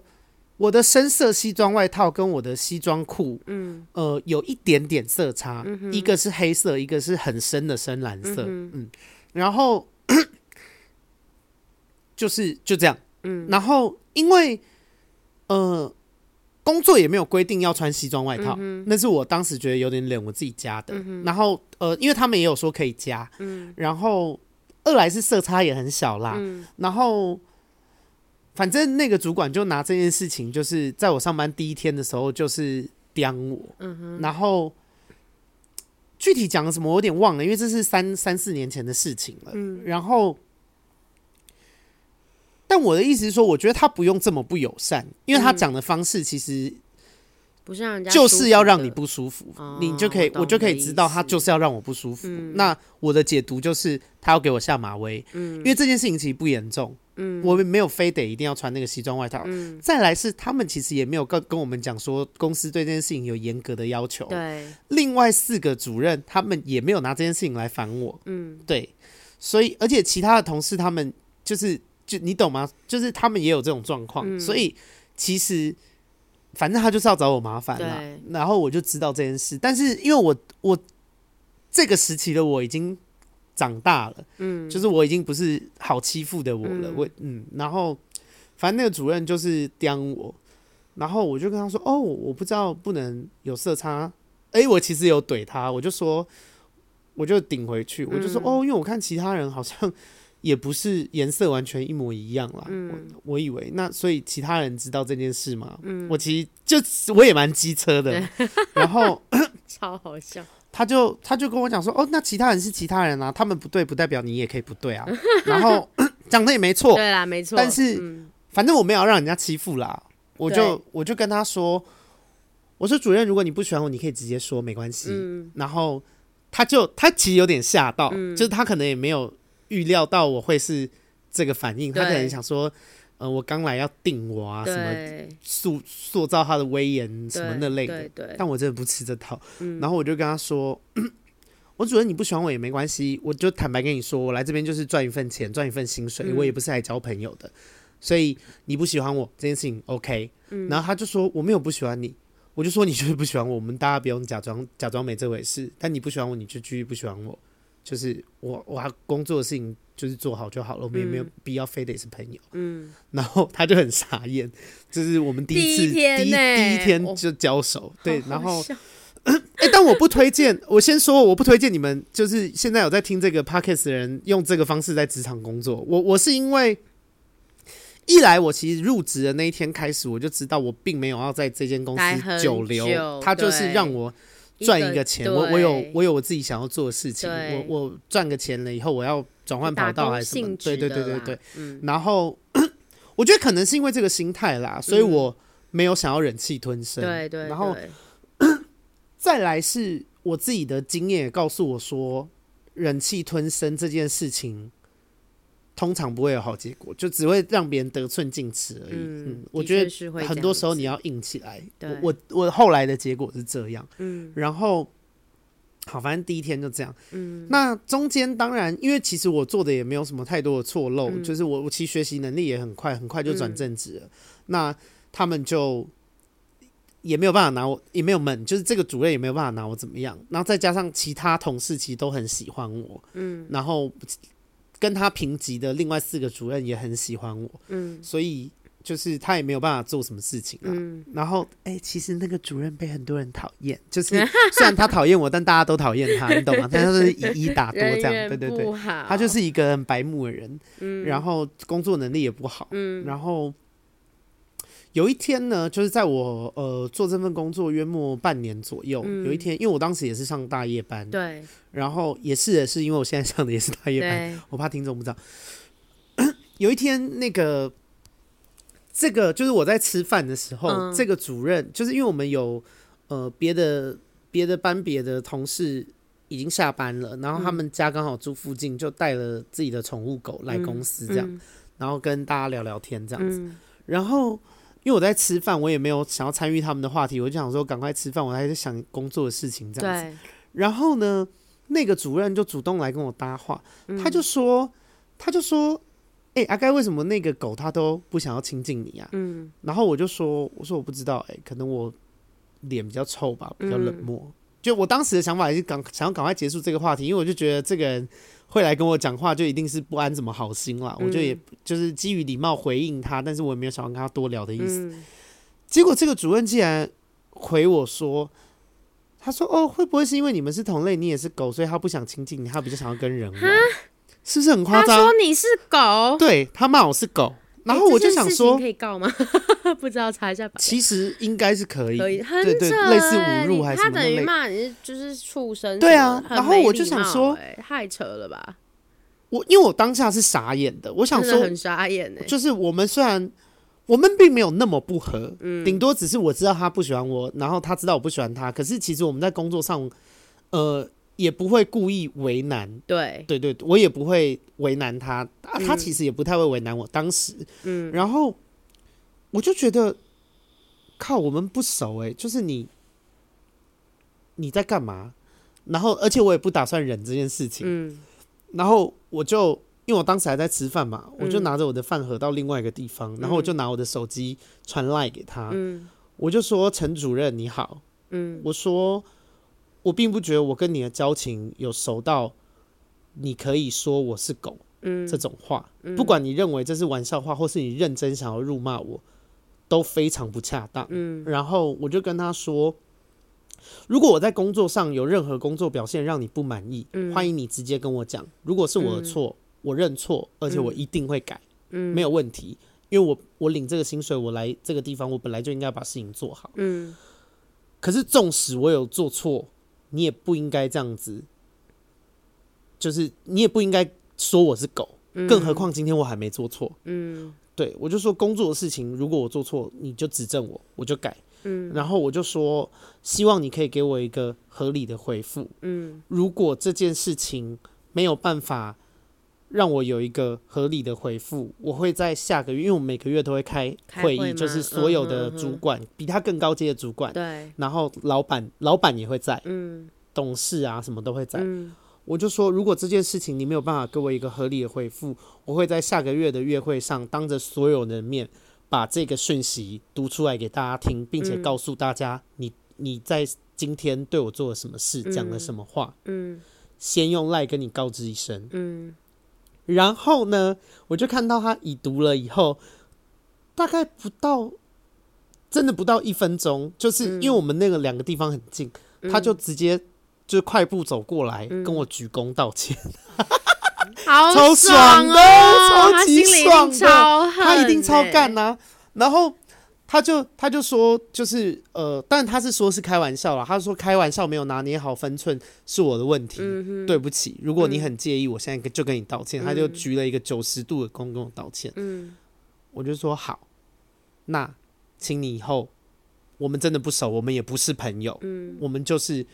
我的深色西装外套跟我的西装裤，嗯，呃，有一点点色差，一个是黑色，一个是很深的深蓝色，嗯然后 就是就这样，嗯，然后因为呃。工作也没有规定要穿西装外套，那是我当时觉得有点冷，我自己加的。然后呃，因为他们也有说可以加，
嗯
然后二来是色差也很小啦，然后反正那个主管就拿这件事情，就是在我上班第一天的时候，就是刁我，
嗯
然后具体讲了什么我有点忘了，因为这是三三四年前的事情了，
嗯
然后。但我的意思是说，我觉得他不用这么不友善，因为他讲的方式其实
不是让人家
就是要让你
嗯舒服
不舒服
哦，
你就可以
我，懂
我就可
你
以
的
知
意
道他
思嗯
就是要让我不舒服。那我的解读就是他要给我下马威，
嗯
因为这件事情其实不严重，我们没有非得一定要穿那个西装外套。
嗯
再来是他们其实也没有跟跟我们讲说公司对这件事情有严格的要求
的，对，
另外四个主任他们也没有拿这件事情来烦我，嗯，对，所以而且其他的同事他们就是就你懂吗？就是他们也有这种状况，所以其实反正他就是要找我麻烦啦
对。
然后我就知道这件事，但是因为我我这个时期的我已经长大了，嗯，就是我已经不是好欺负的我了，我嗯，然后反正那个主任就是刁我。然后我就跟他说：“哦，我不知道不能有色差，哎、我其实有怼他，我就说，我就顶回去，我就说，哦，因为我看其他人好像 也不是颜色完全一模一样啦，我我以为那所以其他人知道这件事吗？我其实就我也蛮机车的，然后
超好笑。
他就他就跟我讲说，哦，那其他人是其他人啊，他们不对不代表你也可以不对啊，然后 讲的也没错，
对啦，没错。
但是
嗯
反正我没有让人家欺负啦，我就我就跟他说，我说主任，如果你不喜欢我，你可以直接说，没关系。
嗯
然后他就他其实有点吓到，就是他可能也没有预料到我会是这个反应，他可
对
能想说，呃，我刚来要定我啊，什么
对
塑塑造他的威严什么
对
那类的
对，对，嗯
但我真的不吃这套。然后我就跟他说。 我主任你不喜欢我也没关系，我就坦白跟你说，我来这边就是赚一份钱，赚一份薪
嗯
水，我也不是来交朋友的，所以你不喜欢我这件事情 OK。然后
嗯
他就说我没有不喜欢你，我就说你就是不喜欢我，我们大家不用假装假装没这回事，但你不喜欢我你就继续不喜欢我，就是我我还工作的事情就是做好就好了，我们也没
嗯
有必要非得是朋友。嗯，然后他就很傻眼，就是我们第一次
第一天
第一
呢
第一天
哦
就交手，对，
好
然
好
后
笑
哎、但我不推荐，我先说，我不推荐你们，就是现在有在听这个 podcast 的人用这个方式在职场工作。我我是因为，一来我其实入职的那一天开始，我就知道我并没有要在这间公
待很
司久留，
久
它就是
对
让我 赚一个钱，我我有
对
我有我自己想要做的事情，
对
我我赚个钱了以后，我要转换跑
打
道
工
还是什么？
性
对对
质的
对对
啦
对，，
嗯，
然后 我觉得可能是因为这个心态啦，所以我没有想要忍气吞声。
嗯对对，
然后
对
再来是我自己的经验也告诉我说，忍气吞声这件事情通常不会有好结果，就只会让别人得寸进尺而已。嗯
嗯，
我
的
觉
确是会
得很
这
多
样
时候
子
你要硬起来。
对
我我我后来的结果是这样。嗯，然后好，反正第一天就这样。嗯，那中间当然，因为其实我做的也没有什么太多的错漏，就是我我其实学习能力也很快，很快就转正职了。那他们就也没有办法拿我，也没有门，就是这个主任也没有办法拿我怎么样。然后再加上其他同事其实都很喜欢我，嗯，然后跟他平级的另外四个主任也很喜欢我，
嗯
所以就是他也没有办法做什么事情啊。
嗯，
然后，哎、其实那个主任被很多人讨厌，就是 虽然他讨厌我，但大家都讨厌他，你懂吗？但他是以一打多
人
这样，
缘
对对
不
对，
好，
他就是一个很白目的人，
嗯
然后工作能力也不好，
嗯
然后有一天呢，就是在我呃做这份工作约莫半年左右，
嗯
有一天，因为我当时也是上大夜班，
对
然后也是也是因为我现在上的也是大嗯夜班，
对，
我怕听众不知道。 有一天，那个这个就是我在吃饭的时候，
嗯
这个主任就是因为我们有呃别的别的班别的同事已经下班了，然后他
嗯
们家刚好住附近，就带了自己的宠物狗来公司这样，
嗯
然后跟大家聊聊天这样子。
嗯
然后因为我在吃饭，我也没有想要参与他们的话题，我就想说赶快吃饭，我还在想工作的事情这样子。
对，
然后呢，那个主任就主动来跟我搭话，
嗯
他就说，他就说，哎、阿该为什么那个狗它都不想要亲近你啊？
嗯
然后我就说，我说我不知道、哎，可能我脸比较臭吧，比较冷漠。
嗯
就我当时的想法也是赶想要赶快结束这个话题，因为我就觉得这个人会来跟我讲话，就一定是不安怎么好心啦。我就
嗯
也就是基于礼貌回应他，但是我也没有想要跟他多聊的意思。
嗯
结果这个主任竟然回我说：“他说哦，会不会是因为你们是同类，你也是狗，所以他不想亲近你，他比较想要跟人玩，是不是很夸
他说
张？”
你是狗，
对他骂我是狗，然后
诶
我
这
就
件
想
事情
说，
可以告吗？ 不知道查一下吧。
其实应该是可以，
可以，很
对对
扯欸、
类似侮辱还是
他
什么
等于
类
骂你是就是畜生什么的，
对啊
很
然后
没
我就
礼
想
貌
说
欸太扯了吧，
我因为我当下是傻眼的，我想
真的
说，
很傻眼哎、
就是我们虽然我们并没有那么不合，
嗯
顶、多只是我知道他不喜欢我，然后他知道我不喜欢他，可是其实我们在工作上，呃，也不会故意为难。
对，
对对，我也不会为难他，啊、他其实也不太会为难我。当时，
嗯，
然后我就觉得，靠，我们不熟哎、就是你你在干嘛？然后，而且我也不打算忍这件事情。
嗯
然后我就因为我当时还在吃饭嘛，我就
嗯
拿着我的饭盒到另外一个地方，然后我就拿我的手机传赖给他，
嗯
我就说：“陈主任你好。”
嗯
我说我并不觉得我跟你的交情有熟到你可以说我是狗
嗯
这种话，不管你认为这是玩笑话，或是你认真想要辱骂我，都非常不恰当。
嗯
然后我就跟他说，如果我在工作上有任何工作表现让你不满意，
嗯
欢迎你直接跟我讲。如果是我的错，我认错，而且我一定会改，
嗯
没有问题。因为我我领这个薪水，我来这个地方，我本来就应该把事情做好。
嗯
可是纵使我有做错，你也不应该这样子，就是你也不应该说我是狗，更何况今天我还没做错。
嗯
对我就说工作的事情，如果我做错，你就指正我，我就改。
嗯
然后我就说，希望你可以给我一个合理的回复。
嗯
如果这件事情没有办法让我有一个合理的回复，我会在下个月，因为我们每个月都会开
开
会
会
议，就
吗
是所有的
嗯哼嗯
主
哼
管、比他更高阶的主管，
对，
然后老板，老板也会在，
嗯
董事啊什么都会在。
嗯
我就说，如果这件事情你没有办法给我一个合理的回复，我会在下个月的月会上当着所有人的面把这个讯息读出来给大家听，并且告诉大家你你在今天对我做了什么事，讲了什么话，
嗯
先用赖跟你告知一声。
嗯
然后呢，我就看到他已读了以后，大概不到，真的不到一分钟，就是因为我们那个两个地方很近，他就直接就快步走过来、跟我鞠躬道歉，
好
超
爽
爽的
哦，
超
他
级
心里一
爽
定
的
超恨、欸
他一定超干，呐、然后他就他就说，就是呃，但他是说是开玩笑啦，他说开玩笑没有拿捏好分寸是我的问题，
嗯
对不起，如果你很介意，我现在就跟你道歉。他就鞠了一个九十度的躬跟我道歉。
嗯
我就说好，那请你以后我们真的不熟，我们也不是朋友，
嗯
我们就是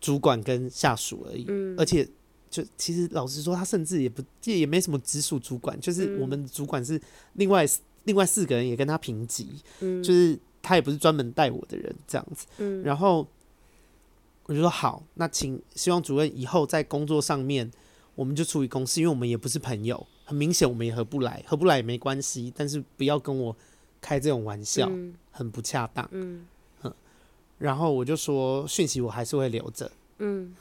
主管跟下属而已。
嗯
而且就其实老实说，他甚至也不也也没什么直属主管，
嗯
就是我们主管是另外另外四个人也跟他平级，
嗯
就是他也不是专门带我的人这样子。
嗯
然后我就说好，那请希望主任以后在工作上面我们就处理公事，因为我们也不是朋友，很明显我们也合不来，合不来也没关系，但是不要跟我开这种玩笑，
嗯
很不恰当。
嗯
然后我就说讯息我还是会留着，
嗯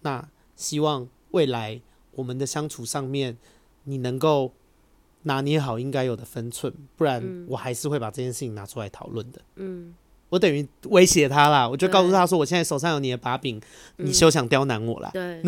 那希望未来我们的相处上面，你能够拿捏好应该有的分寸，不然
嗯
我还是会把这件事情拿出来讨论的。嗯，我等于威胁他啦，我就告诉他说，我休现在手上有你的把柄，
嗯
你休想刁难我啦，
对，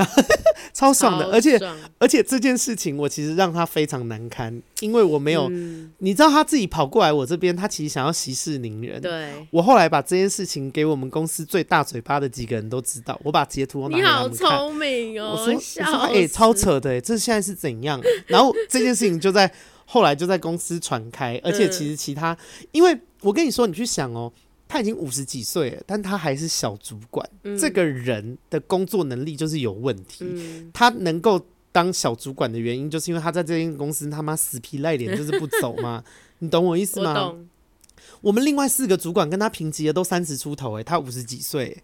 超爽的。
超
而且
爽
而且这件事情，我其实让他非常难堪，因为我没有，
嗯
你知道他自己跑过来我这边，他其实想要息事宁人。
对，
我后来把这件事情给我们公司最大嘴巴的几个人都知道，我把截图我拿
你
给他
好
们看。
聪明哦，
我说：“我
笑
说，哎、超
死
扯的、欸，这现在是怎样啊、然后这件事情就在后来就在公司传开，而
嗯
且其实其他，因为我跟你说，你去想哦，他已经五十几岁了，但他还是小主管，
嗯
这个人的工作能力就是有问题。
嗯
他能够当小主管的原因，就是因为他在这间公司他妈死皮赖 脸就是不走嘛，你懂我意思
我
吗？
懂，
我们另外四个主管跟他平级的都三十出头、欸，他五十几岁、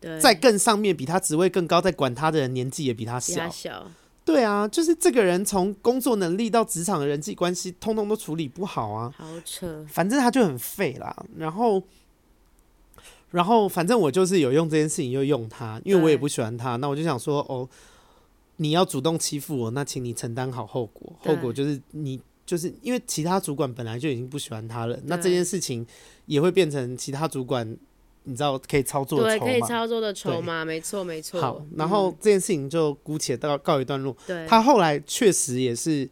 对，
在更上面比他职位更高，在管他的人年纪也比他
比
小。
他小，
对啊，就是这个人从工作能力到职场的人际关系，通通都处理不好啊。
好扯，
反正他就很废啦。然后，然后反正我就是有用这件事情就用他，因为我也
对
不喜欢他。那我就想说，哦，你要主动欺负我，那请你承担好后果。
对
后果就是你就是因为其他主管本来就已经不喜欢他了，那这
对
件事情也会变成其他主管你知道可以操作的
对，
筹
可以
码。
操作的筹
对
码，没错没错。
好，然后这件事情就姑且到告一段落。
嗯对，
他后来确实也是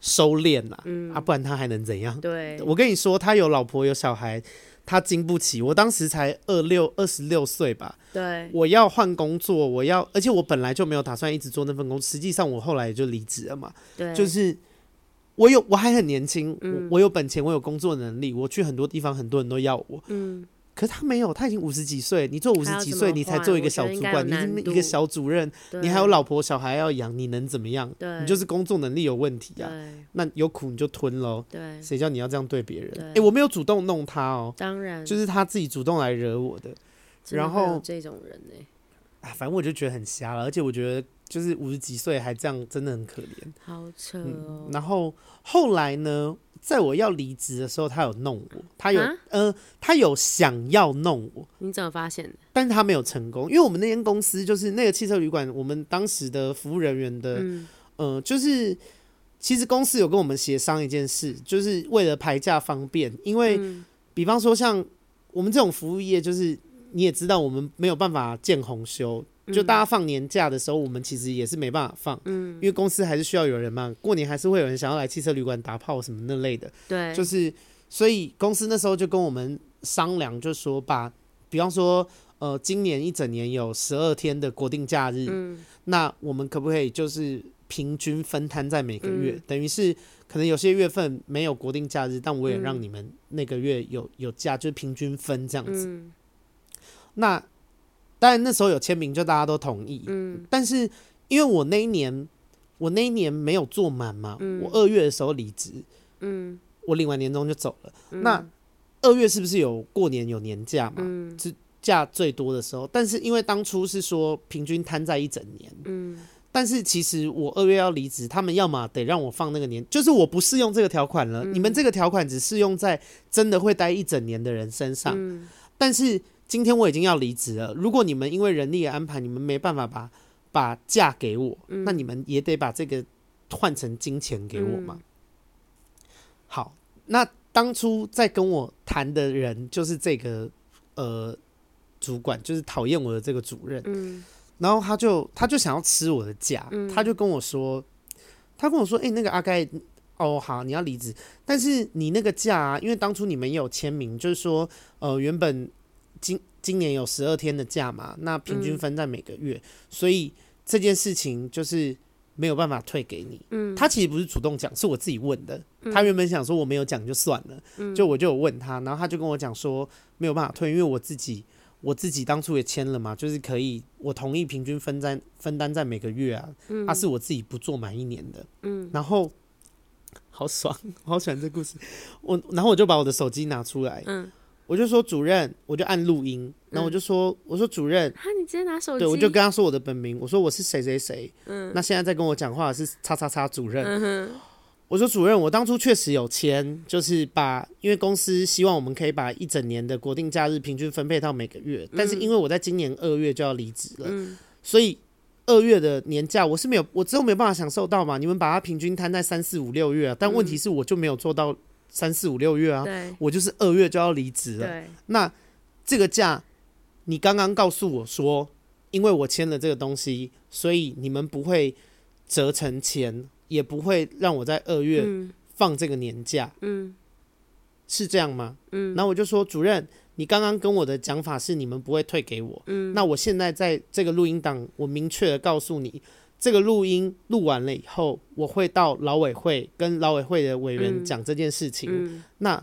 收敛啦，
嗯
啊，不然他还能怎样？
对，
我跟你说，他有老婆有小孩，他经不起。我当时才二六二十六岁吧，
对，
我要换工作，我要，而且我本来就没有打算一直做那份工，实际上我后来也就离职了嘛，
对，嗯
就是。我有，我还很年轻，我我有本钱，我有工作能力，我去很多地方，很多人都要我。
嗯，
可是他没有，他已经五十几岁，你做五十
他要
几
怎
岁，
么
你才
换
做一
我
个
觉
小
得应
主
该
管，
有
你是
难
一个
度
小主任，你
对
还有老婆小孩要养，你能怎么样？
对，
你就是工作能力有问题啊，
对
那有苦你就吞喽，
对，
谁叫你要这样对别人？
对
诶，我没有主动弄他哦，
当然
就是他自己主动来惹我的
真的
然
会有
后
这种人欸呢、
啊，反正我就觉得很瞎了，而且我觉得就是五十几岁还这样，真的很可怜。
好扯哦，
然后后来呢，在我要离职的时候，他有弄我，他有、
啊
呃，他有想要弄我，
你怎么发现的？
但是他没有成功，因为我们那间公司就是那个汽车旅馆，我们当时的服务人员的，嗯、呃，就是其实公司有跟我们协商一件事，就是为了排价方便，因为、比方说像我们这种服务业，就是你也知道，我们没有办法见红休。就大家放年假的时候，我们其实也是没办法放，嗯，因为公司还是需要有人嘛。过年还是会有人想要来汽车旅馆打炮什么那类的，
对，
就是所以公司那时候就跟我们商量，就说把，比方说，呃，今年一整年有十二天的国定假日，
嗯
那我们可不可以就是平均分摊在每个月？
嗯
等于是可能有些月份没有国定假日，但我也
嗯
让你们那个月有有假，就是平均分这样子。
嗯，
那当然那时候有签名，就大家都同意。嗯，但是因为我那一年，我那一年没有做满嘛，
嗯
我二月的时候离职，嗯，我领完年终就走了。那二月是不是有过年有年假嘛？嗯，假最多的时候，但是因为当初是说平均摊在一整年，嗯。但是其实我二月要离职，他们要么得让我放那个年，就是我不适用这个条款了。你们这个条款只适用在真的会待一整年的人身上，但是今天我已经要离职了，如果你们因为人力的安排，你们没办法把把假给我，那你们也得把这个换成金钱给我嘛。好，那当初在跟我谈的人就是这个呃主管，就是讨厌我的这个主任，然后他就他就想要吃我的假，他就跟我说，他跟我说，哎、那个阿盖。哦，好，你要离职，但是你那个假、啊，因为当初你们也有签名，就是说，呃，原本今今年有十二天的假嘛，那平均分在每个月，所以这件事情就是没有办法退给你。嗯，他其实不是主动讲，是我自己问的。他原本想说我没有讲就算了，就我就有问他，然后他就跟我讲说没有办法退，因为我自己我自己当初也签了嘛，就是可以我同意平均分担分担在每个月啊，他、是我自己不做满一年的。嗯，然后。好爽，我 好喜欢这故事。我然后我就把我的手机拿出来，
嗯
我就说主任，我就按录音，然后我就说，我说主任，
啊，你直接拿手机，嗯
对我就跟他说我的本名，我说我是谁谁谁，那现在在跟我讲话的是叉叉叉主任，我说主任，我当初确实有签，就是把因为公司希望我们可以把一整年的国
嗯
定假日平均分配到每个月，但是因为我在今年二月就要离职了，所以二月的年假，我是没有，我之后没有办法享受到嘛。你们把它平均摊在三四五六月、啊，但问题是我就没有做到三四五六月啊，
嗯对
我就是二月就要离职了。
对，
那这个假，你刚刚告诉我说，因为我签了这个东西，所以你们不会折成钱，也不会让我在二月
嗯
放这个年假，
嗯
是这样吗？
嗯，
然后我就说，主任，你刚刚跟我的讲法是你们不会退给我，
嗯，
那我现在在这个录音档，我明确的告诉你。这个录音录完了以后，我会到劳委会跟劳委会的委员
嗯
讲这件事情。
嗯
那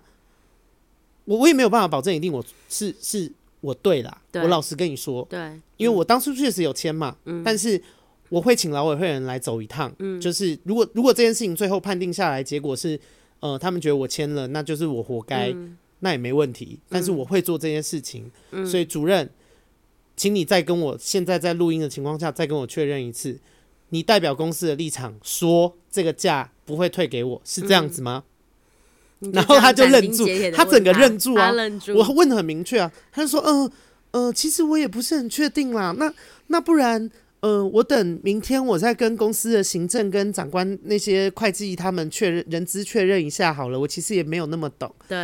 我我也没有办法保证一定我是是我对啦。
对
我老实跟你说，
对，
因为我当初确实有签嘛，但是我会请劳委会人来走一趟，就是如果如果这件事情最后判定下来，结果是呃他们觉得我签了，那就是我活该，那也没问题。但是我会做这件事情，所以主任，请你再跟我现在在录音的情况下再跟我确认一次，你代表公司的立场说这个价不会退给我，是这样子吗？
你
然
这
后他
样
就
斩
愣
钉
住
截铁地
他
问
整个愣住啊
他愣住，
我问的很明确啊，他就说，嗯呃呃，其实我也不是很确定啦。那那不然，呃，我等明天我再跟公司的行政跟长官那些会计他们确认人资确认一下好了。我其实也没有那么懂。
对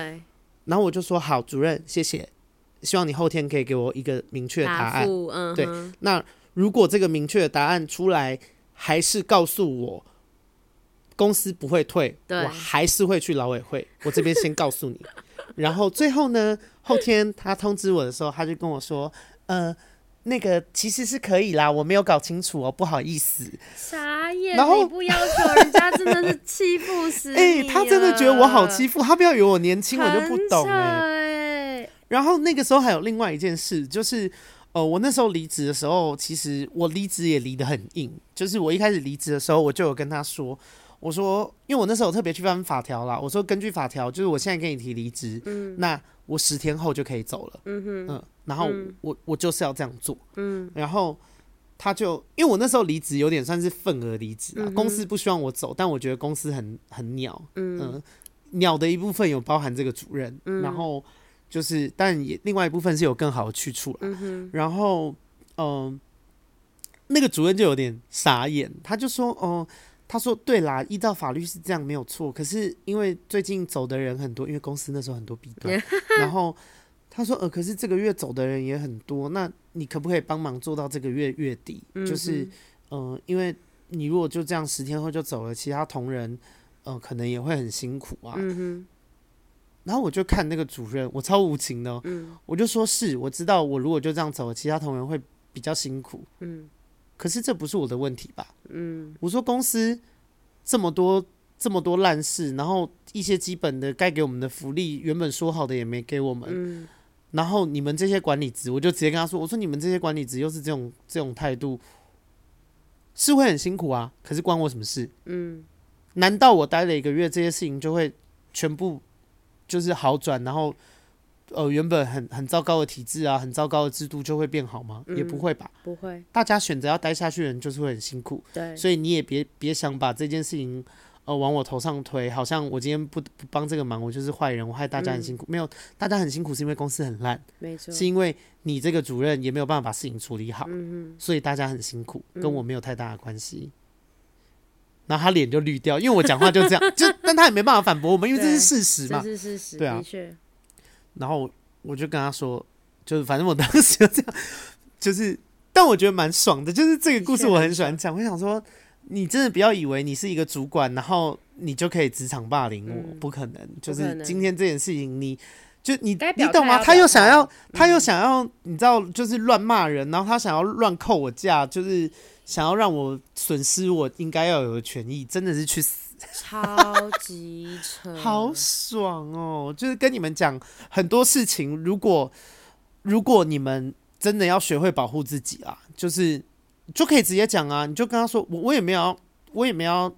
然后我就说，好，主任，谢谢，希望你后天可以给我一个明确的答
答
案。
复，嗯
对
哼，
那如果这个明确的答案出来，还是告诉我公司不会退，
对
我还是会去劳委会。我这边先告诉你， 然后最后呢，后天他通知我的时候，他就跟我说，呃。那个其实是可以啦，我没有搞清楚哦，不好意思。
傻眼，
然后
你不要求人家真的是欺负 死啊
哎、他真的觉得我好欺
负，
负，他不要以为我年轻，我就不懂哎、
哎、
然后那个时候还有另外一件事，就是呃，我那时候离职的时候，其实我离职也离得很硬。就是我一开始离职的时候，我就有跟他说，我说，因为我那时候有特别去翻法条啦，我说根据法条，就是我现在跟你提离职，嗯，那我十天后就可以走了，嗯哼，然后我我就是要这样做，嗯，然后。他就因为我那时候离职有点算是份额离职啊，公司不希望我走，但我觉得公司很很鸟，嗯、鸟的一部分有包含这个主任，然后就是，但也另外一部分是有更好的去处了。然后，嗯、那个主任就有点傻眼，他就说，哦、他说对啦，依照法律是这样没有错，可是因为最近走的人很多，因为公司那时候很多弊端，然后他说，呃，可是这个月走的人也很多，那你可不可以帮忙做到这个月月底？就是，嗯、因为你如果就这样十天后就走了，其他同仁，呃，可能也会很辛苦啊。
嗯
然后我就看那个主任，我超无情的、哦，我就说是我知道，我如果就这样走，其他同仁会比较辛苦，
哼，嗯
可是这不是我的问题吧？
嗯
我说公司这么多这么多烂事，然后一些基本的该给我们的福利，原本说好的也没给我们，
嗯，
然后你们这些管理职，我就直接跟他说，我说你们这些管理职又是这种这种态度，是会很辛苦啊，可是关我什么事？
嗯，
难道我待了一个月，这些事情就会全部就是好转，然后呃原本很很糟糕的体制啊，很糟糕的制度就会变好吗？也不会吧。
不会，
大家选择要待下去的人就是会很辛苦，
对，
所以你也别别想把这件事情呃往我头上推，好像我今天不不帮这个忙，我就是坏人，我害大家很辛苦。没有，大家很辛苦是因为公司很烂，
没错，
是因为你这个主任也没有办法把事情处理好，所以大家很辛苦，跟我没有太大的关系。然后他脸就绿掉，因为我讲话就这样， 就但他也没办法反驳我们，因为这是事实
这
嘛。
是事实，
对啊
的确，
然后我就跟他说，就是反正我当时就这样，就是但我觉得蛮爽的，就是这个故事我很喜欢讲。我想说，你真的不要以为你是一个主管，然后你就可以职场霸凌我，不可能。就
嗯不可
是
能
今天这件事情你。就你，
该
你
表态
懂吗？
要
他
表
又想
态
要，他又想要，你知道，就是乱骂人，然后他想要乱扣我价，就是想要让我损失我应该要有的权益，真的是去死！
超级扯，
好爽哦！就是跟你们讲很多事情，如果如果你们真的要学会保护自己啊，就是就可以直接讲啊，你就跟他说，我我也没有要，我也没有要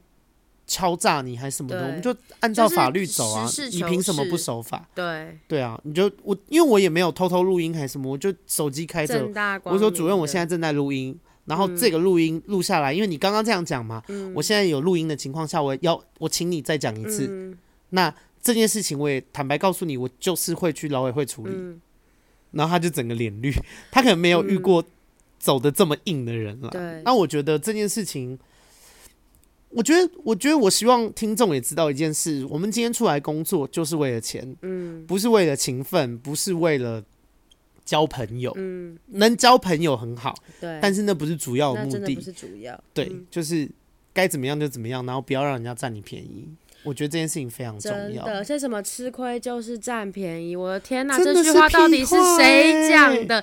敲诈你还是什么的，
对
我们就按照
就是
法律走啊，
实事
你
求
凭什么不
是
守法？
对，
对啊，你就我因为我也没有偷偷录音还是什么，我就手机开着，
正大光
我
明的，嗯
说主任，我现在正在录音，然后这个录音录下来，因为你刚刚这样讲嘛，我现在有录音的情况下，我要我请你再讲一次。
嗯
那这件事情我也坦白告诉你，我
嗯
就是会去劳委会处理。然后他就整个脸绿，他可能没有遇过走的这么硬的人了。
对
那我觉得这件事情，我觉得，我觉得，我希望听众也知道一件事：我们今天出来工作就是为了钱，嗯，不是为了勤奋，不是为了交朋友，嗯，能交朋友很好，
对，
但是那哦不是主要的
那
目
真的
的
不，是嗯主要，
对，就是该怎么样就怎么样，然后不要让人家占你便宜。我觉得这件事情非常重
真
要。
的，像什么吃亏就是占便宜，我的天哪，
真的
这句
是
话到
屁
底是
话
谁
欸
讲的？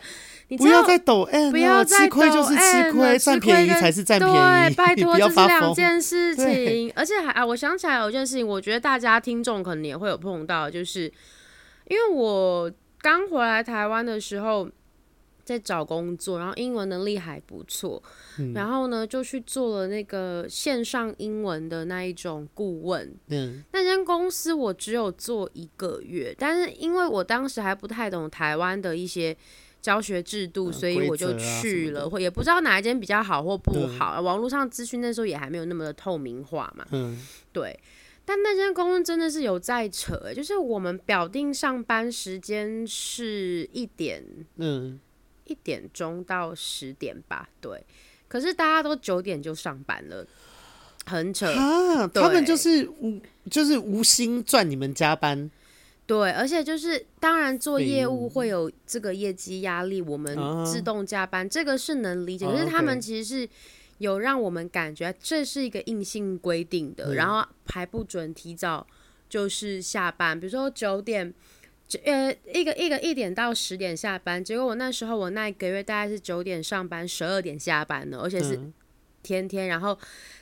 你
不
知
要
道
再抖 M 了，
不要再
吃亏
抖
就是吃
M 了
亏，
吃
占
亏
便宜
跟
才是占便宜。
对，拜托，
不要
这是
发
两
疯。
件 事
对
情。而且还啊，我想起来有一件事情，我觉得大家听众可能也会有碰到，就是因为我刚回来台湾的时候。在找工作，然后英文能力还不错，
嗯
然后呢就去做了那个线上英文的那一种顾问，
嗯
那间公司我只有做一个月，但是因为我当时还不太懂台湾的一些教学制度，
嗯
所以我就
规则啊什
去
么的
了，或也不知道哪一间比较好或不
对
好。网络上资讯那时候也还没有那么的透明化嘛，
嗯，
对。但那间公司真的是有在扯、欸就是我们表定上班时间是一点
嗯，
一点钟到十点吧，对。可是大家都九点就上班了，很扯。
啊，他们
对
就是无就是无心赚你们加班，
对，而且就是当然做业
废物
务会有这个业绩压力，我们
啊
自动加班、这个是能理解，
啊
可是他
OK
们其实是有让我们感觉这是一个硬性规定的，
嗯
然后还不准提早就是下班，比如说九点。九呃，一个一个一点到十点下班，结果我那时候我那一个月大概是九点上班，十二点下班的，而且是
嗯
天天，然后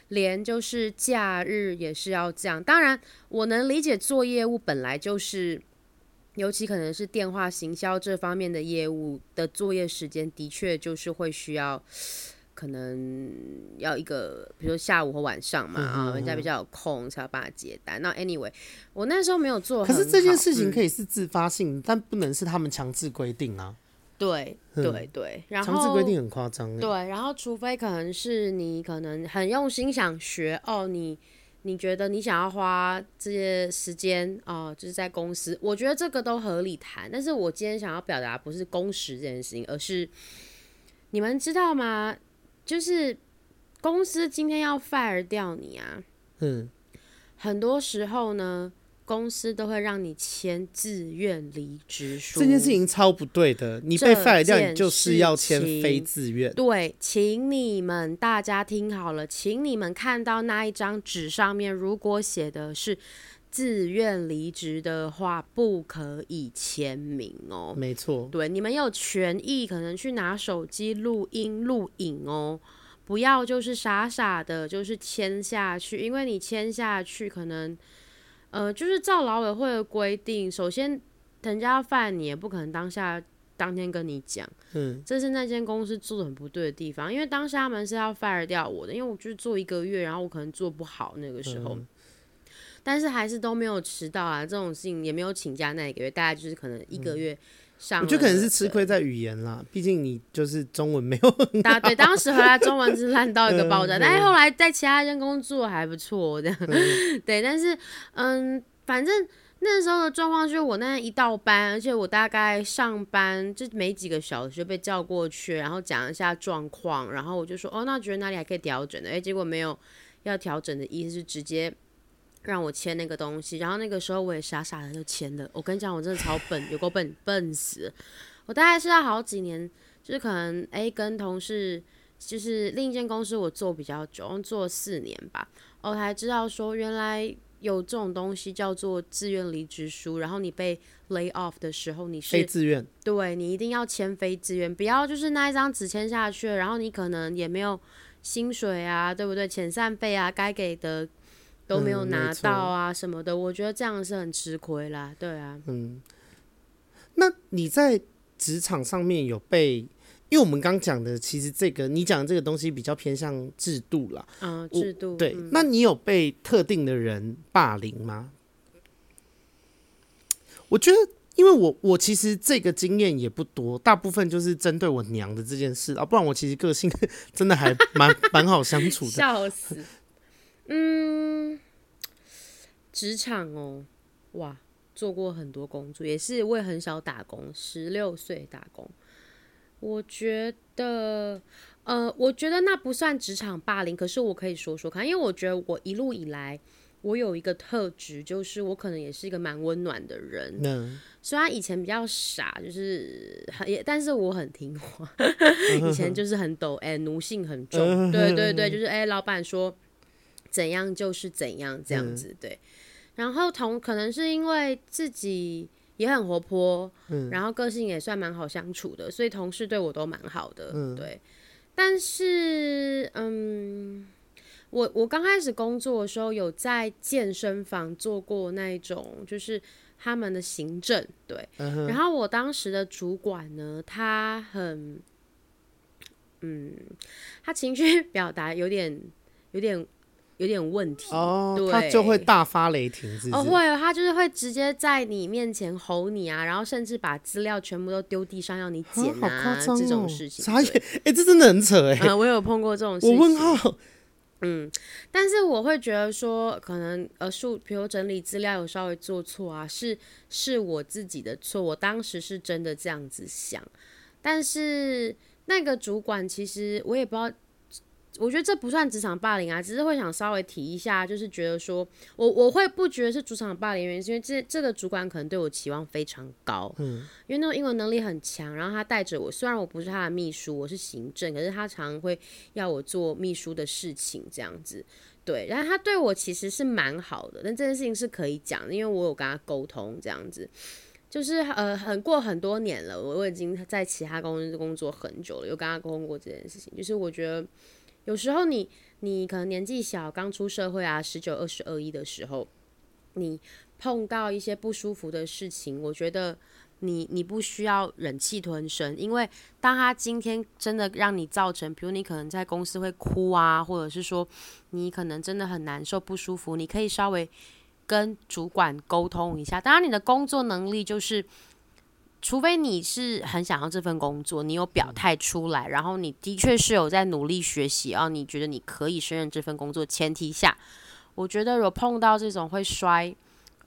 连就是假日也是要这样。当然，我能理解做业务本来就是，尤其可能是电话行销这方面的业务的作业时间，的确就是会需要。可能要一个，比如说下午或晚上
嗯
嘛，啊、人家比较有空才有办法接单。那 anyway，我那时候没有做
可
很好，
是这件事情
嗯
可以是自发性，但不能是他们强制规定啊，
对
嗯
对对，然后
强制规定很夸张欸。
对，然后除非可能是你可能很用心想学哦，你你觉得你想要花这些时间哦、就是在公司，我觉得这个都合理谈。但是我今天想要表达不是工时这件事情，而是你们知道吗？就是公司今天要 fire 掉你啊，
嗯，
很多时候呢，公司都会让你签自愿离职书。
这件事情超不对的，你被
这
fire 掉，
件
你就是要签
事情
非自愿。
对，请你们大家听好了，请你们看到那一张纸上面，如果写的是自愿离职的话，不可以签名哦。
没错，
对，你们有权益可能去拿手机录音录影哦，不要就是傻傻的，就是签下去，因为你签下去可能，呃，就是照劳委会的规定，首先人家要犯你也不可能当下当天跟你讲。
嗯，
这是那间公司做的很不对的地方，因为当时他们是要 fire 掉我的，因为我就是做一个月，然后我可能做不好那个时候，
嗯
但是还是都没有迟到啊，这种事情也没有请假那一个月，大概就是可能一个月上了、
嗯我觉得可能是吃亏在语言啦，毕竟你就是中文没有
对。 大对，当时回来中文是烂到一个爆炸，
嗯
但是后来在其他一间工作还不错，这样、 对，但是嗯，反正。那时候的状况就是我那一到班，而且我大概上班就没几个小时就被叫过去，然后讲一下状况，然后我就说哦，那觉得哪里还可以调整的，哎、结果没有要调整的意思，是直接让我签那个东西，然后那个时候我也傻傻的就签了。我跟你讲，我真的超笨，有够笨，笨死了我大概是要好几年，就是可能哎、跟同事。就是另一间公司，我做比较久，做了四年吧，我才知道说原来有这种东西叫做自愿离职书，然后你被 lay off 的时候，你是
非自愿，
对你一定要签非自愿，不要就是那一张纸签下去，然后你可能也没有薪水啊，对不对？遣散费啊，该给的都没有
嗯没
拿
错
到啊，什么的，我觉得这样是很吃亏啦，对啊，
嗯，那你在职场上面有被？因为我们刚讲的，其实这个你讲的这个东西比较偏向制度啦。
嗯，
我
制度
对，
嗯
那你有被特定的人霸凌吗？我觉得，因为我我其实这个经验也不多，大部分就是针对我娘的这件事啊，不然我其实个性真的还蛮蛮好相处的。
笑死，嗯，职场哦，哇，做过很多工作，也是我也很少打工，十六岁打工，我觉得，呃，我觉得那不算职场霸凌，可是我可以说说看，因为我觉得我一路以来，我有一个特质，就是我可能也是一个蛮温暖的人。
那
虽然以前比较傻，就是很也，但是我很听话。以前就是很抖，哎、奴性很重。对对对，就是哎、老板说怎样就是怎样这样子。对，然后同可能是因为自己也很活泼，然后个性也算蛮好相处的，所以同事对我都蛮好的。对，但是嗯。我我刚开始工作的时候，有在健身房做过那种，就是他们的行政对。然后我当时的主管呢，他很，嗯，他情绪 表达有点、有点、有点问题
哦，
对
他就会大发雷霆，是不
哦，
是？
会哦，他就是会直接在你面前吼你啊，然后甚至把资料全部都丢地上要你
啊
捡
好
啊
夸，张哦！
这种事情。
傻
对
眼，哎、这真的很扯 哎、
啊、我有碰过这种事
我
情。
问号，
但是我会觉得说，可能呃数，比如整理资料有稍微做错啊，是是我自己的错，我当时是真的这样子想，但是那个主管其实我也不知道。我觉得这不算职场霸凌啊，只是会想稍微提一下，就是觉得说我我会不觉得是职场霸凌，原因是因为这这个主管可能对我期望非常高，嗯，因为那种英文能力很强，然后他带着我，虽然我不是他的秘书，我是行政，可是他常会要我做秘书的事情这样子，对，然后他对我其实是蛮好的，但这件事情是可以讲的，因为我有跟他沟通这样子。就是呃，很过很多年了，我我已经在其他公司工作很久了，有跟他沟通过这件事情。就是我觉得有时候你你可能年纪小，刚出社会啊，十九、二十、二一的时候，你碰到一些不舒服的事情，我觉得你你不需要忍气吞声，因为当他今天真的让你造成，比如你可能在公司会哭啊，或者是说你可能真的很难受、不舒服，你可以稍微跟主管沟通一下。当然，你的工作能力就是，除非你是很想要这份工作，你有表态出来，然后你的确是有在努力学习，然后你觉得你可以胜任这份工作前提下，我觉得有碰到这种会摔。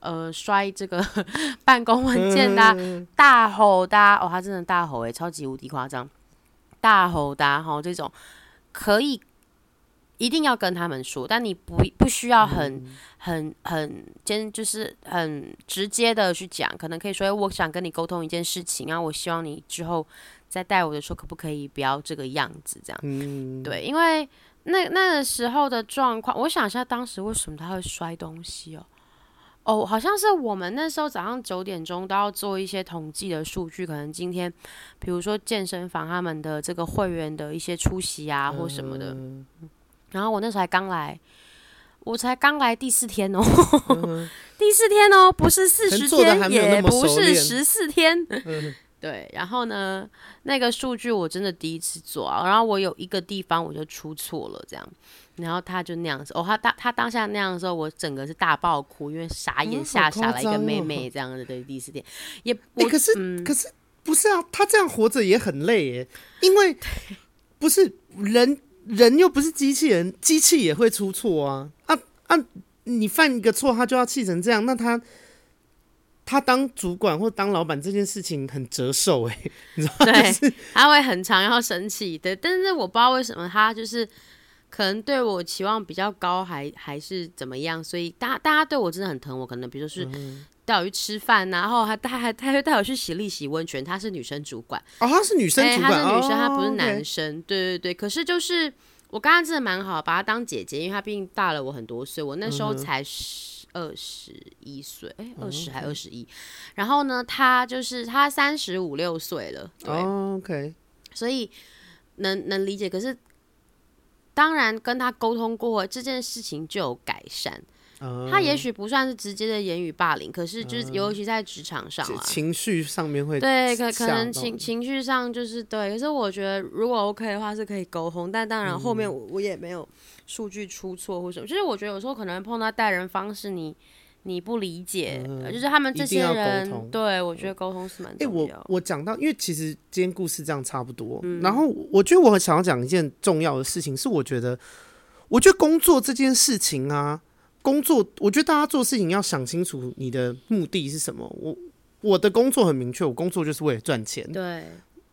呃，摔这个 办公文件的啊、大吼的啊、哦，他真的大吼诶、超级无敌夸张，大吼的啊吼、这种可以一定要跟他们说，但你不不需要很、很很真就是很直接的去讲，可能可以说，哎，我想跟你沟通一件事情啊，我希望你之后在带我的时候，可不可以不要这个样子这样？
嗯，
对，因为那那个时候的状况，我想一下当时为什么他会摔东西哦。哦，好像是我们那时候早上九点钟都要做一些统计的数据，可能今天，比如说健身房他们的这个会员的一些出席啊或什么的。
嗯
然后我那时候还刚来，我才刚来第四天哦， 第四天哦，不是四
嗯可能
十
做得还
天，
没有那
也
么
不
熟
是
练嗯
十四天。 对，然后呢，那个数据我真的第一次做啊，然后我有一个地方我就出错了，这样，然后他就那样子，哦，他当他当下那样的时候，我整个是大爆哭，因为傻眼
啊
吓
好
傻
夸
了一个
张
妹
哦
妹这样子的第四天，也我嗯
哎、可是、可是不是啊？他这样活着也很累耶，因为不是人人又不是机器人，机器也会出错啊啊啊！你犯一个错，他就要气成这样，那他。他当主管或当老板这件事情很折寿 哎、
对， 他会很常要生气的，但是我不知道为什么他就是可能对我期望比较高还，还是怎么样，所以大大家对我真的很疼我，可能比如说
嗯
是带我去吃饭啊、然后还带还他会带我去洗力洗温泉，他是女生主管，
哦，他是女生
哎、
主
他
管，
是女生，
哦
他不是
OK
男生，对对对，可是就是我刚刚真的蛮好，把他当姐姐，因为他毕竟大了我很多岁，我那
嗯
时候才十二十一岁，哎、二
哦
十还二十一，然后呢，他就是他三十五六岁了，对。
哦，OK，
所以能能理解。可是当然跟他沟通过这件事情就有改善。
嗯
他也许不算是直接的言语霸凌，可是就是尤其在职场上
这
啊。
情绪上面会
对，可可
吓
能
到
情
你
情绪上就是对，可是我觉得如果 OK 的话是可以沟通，但当然后
嗯
面我我也没有数据出错或什么，就是我觉得有时候可能碰到待人方式你你不理解，呃就是他们
嗯
这
一定
些
要沟
人，
通
对我觉得沟通是蛮
哎、
重要嗯
我。我讲到，因为其实今天故事这样差不多。然后我我觉得我很想要讲一件重要的事情，是我觉得，我觉得工作这件事情啊，工作，我觉得大家做事情要想清楚你的目的是什么。我我的工作很明确，我工作就是为了赚钱。
对，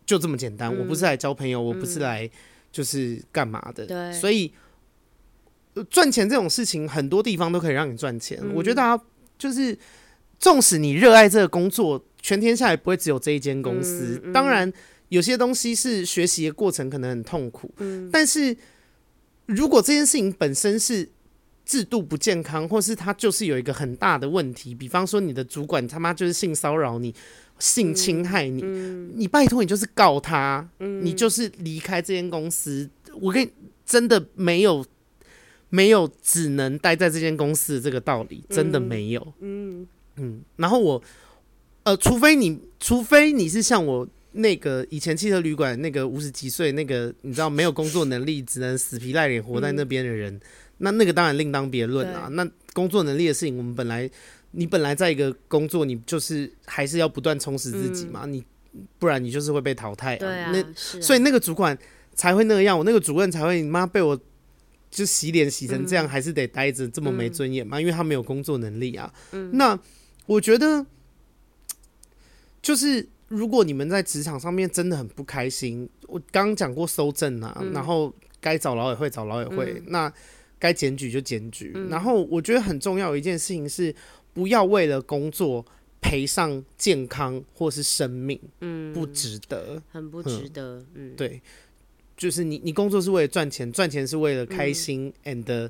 就这么简单。我不是来交朋友，我不是来就是干嘛的。
对
所以呃赚钱这种事情，很多地方都可以让你赚钱。我觉得大家就是，纵使你热爱这个工作，全天下也不会只有这一间公司。当然，有些东西是学习的过程可能很痛苦，但是如果这件事情本身是制度不健康，或是它就是有一个很大的问题，比方说你的主管他妈就是性骚扰你、性侵害你，你拜托你就是告他，你就是离开这间公司。我跟你真的没有没有只能待在这间公司的这个道理，真的没有。嗯嗯，然后我呃，除非你，除非你是像我。那个以前汽车旅馆那个五十几岁那个你知道没有工作能力，只能死皮赖脸活在那边的人，那那个当然另当别论啦。那工作能力的事情，我们本来你本来在一个工作，你就是还是要不断充实自己嘛，你不然你就是会被淘汰
嗯对啊
那，
是啊，
所以那个主管才会那样，我那个主任才会你妈被我就洗脸洗成这样，还是得待着这么没尊严嘛，因为他没有工作能力啊。那我觉得就是。如果你们在职场上面真的很不开心，我刚刚讲过搜证啊，然后该找劳委会找劳委会，那该检举就检举。然后我觉得很重要的一件事情是，不要为了工作赔上健康或是生命，嗯，不值得。
很不值得，嗯，
对，就是你你工作是为了赚钱，赚钱是为了
嗯
开心、and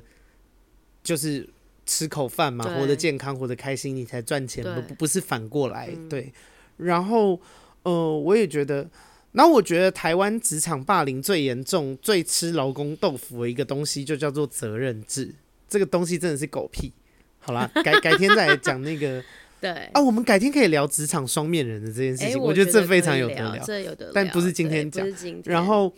就是吃口饭嘛，活得
对
健康，活得开心，你才赚钱，
对嗯
不不是反过来、对。然后呃，我也觉得，然后我觉得台湾职场霸凌最严重、最吃劳工豆腐的一个东西，就叫做责任制。这个东西真的是狗屁。好啦，改改天再来讲那个
对。
啊，我们改天可以聊职场双面人的这件事
哎，
情，
我
觉得这
可
非
以
常有得
聊，
聊。
这有得聊，
但不是今天
对不是今天
然后，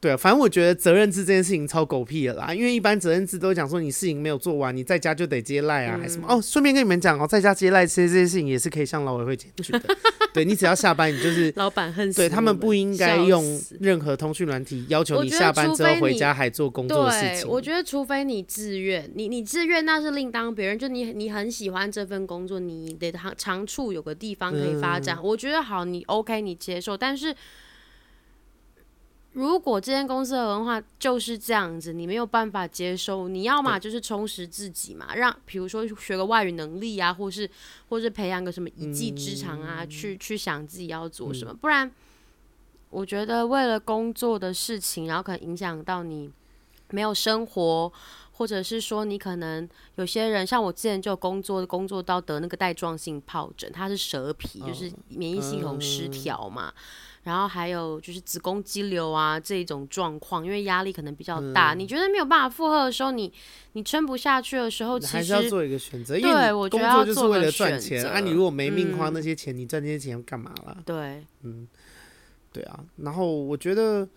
对啊，反正我觉得责任制这件事情超狗屁的啦，因为一般责任制都讲说你事情没有做完，你在家就得接赖啊，还是
嗯
什么。哦，顺便跟你们讲哦，在家接赖这这些事情也是可以向劳委会检举的。 对你只要下班，你 就是
老板恨死
对
我
他们不应该
笑
用
死
任何通讯软体要求
我
你
觉得
下班
除
之后
非
回
你
家还做工作的事
对，
情。
我觉得除非你自愿，你你自愿那是另当别论。就你你很喜欢这份工作，你得长长处有个地方可以发
嗯
展，我觉得好，你 OK，你接受。但是如果这间公司的文化就是这样子，你没有办法接受，你要嘛就是充实自己嘛，让比如说学个外语能力啊，或是或是培养个什么一技之长啊，
嗯
去去想自己要做什么，不然。我觉得为了工作的事情，然后可能影响到你没有生活，或者是说你可能有些人，像我之前就有工作工作到得那个带状性疱疹，它是蛇皮，
嗯
就是免疫系统失调嘛。然后还有就是子宫肌瘤啊这一种状况，因为压力可能比较大，
嗯
你觉得没有办法负荷的时候，你你撑不下去的时候，
你
其
还是要
实
做一个选择，因为
对
你
我觉
工
得
作
要
就是
做
为
个
了赚
选
钱
择嗯
啊！你如果没命花那些钱，你赚这些钱干嘛啦？
对，
对啊，然后我觉得，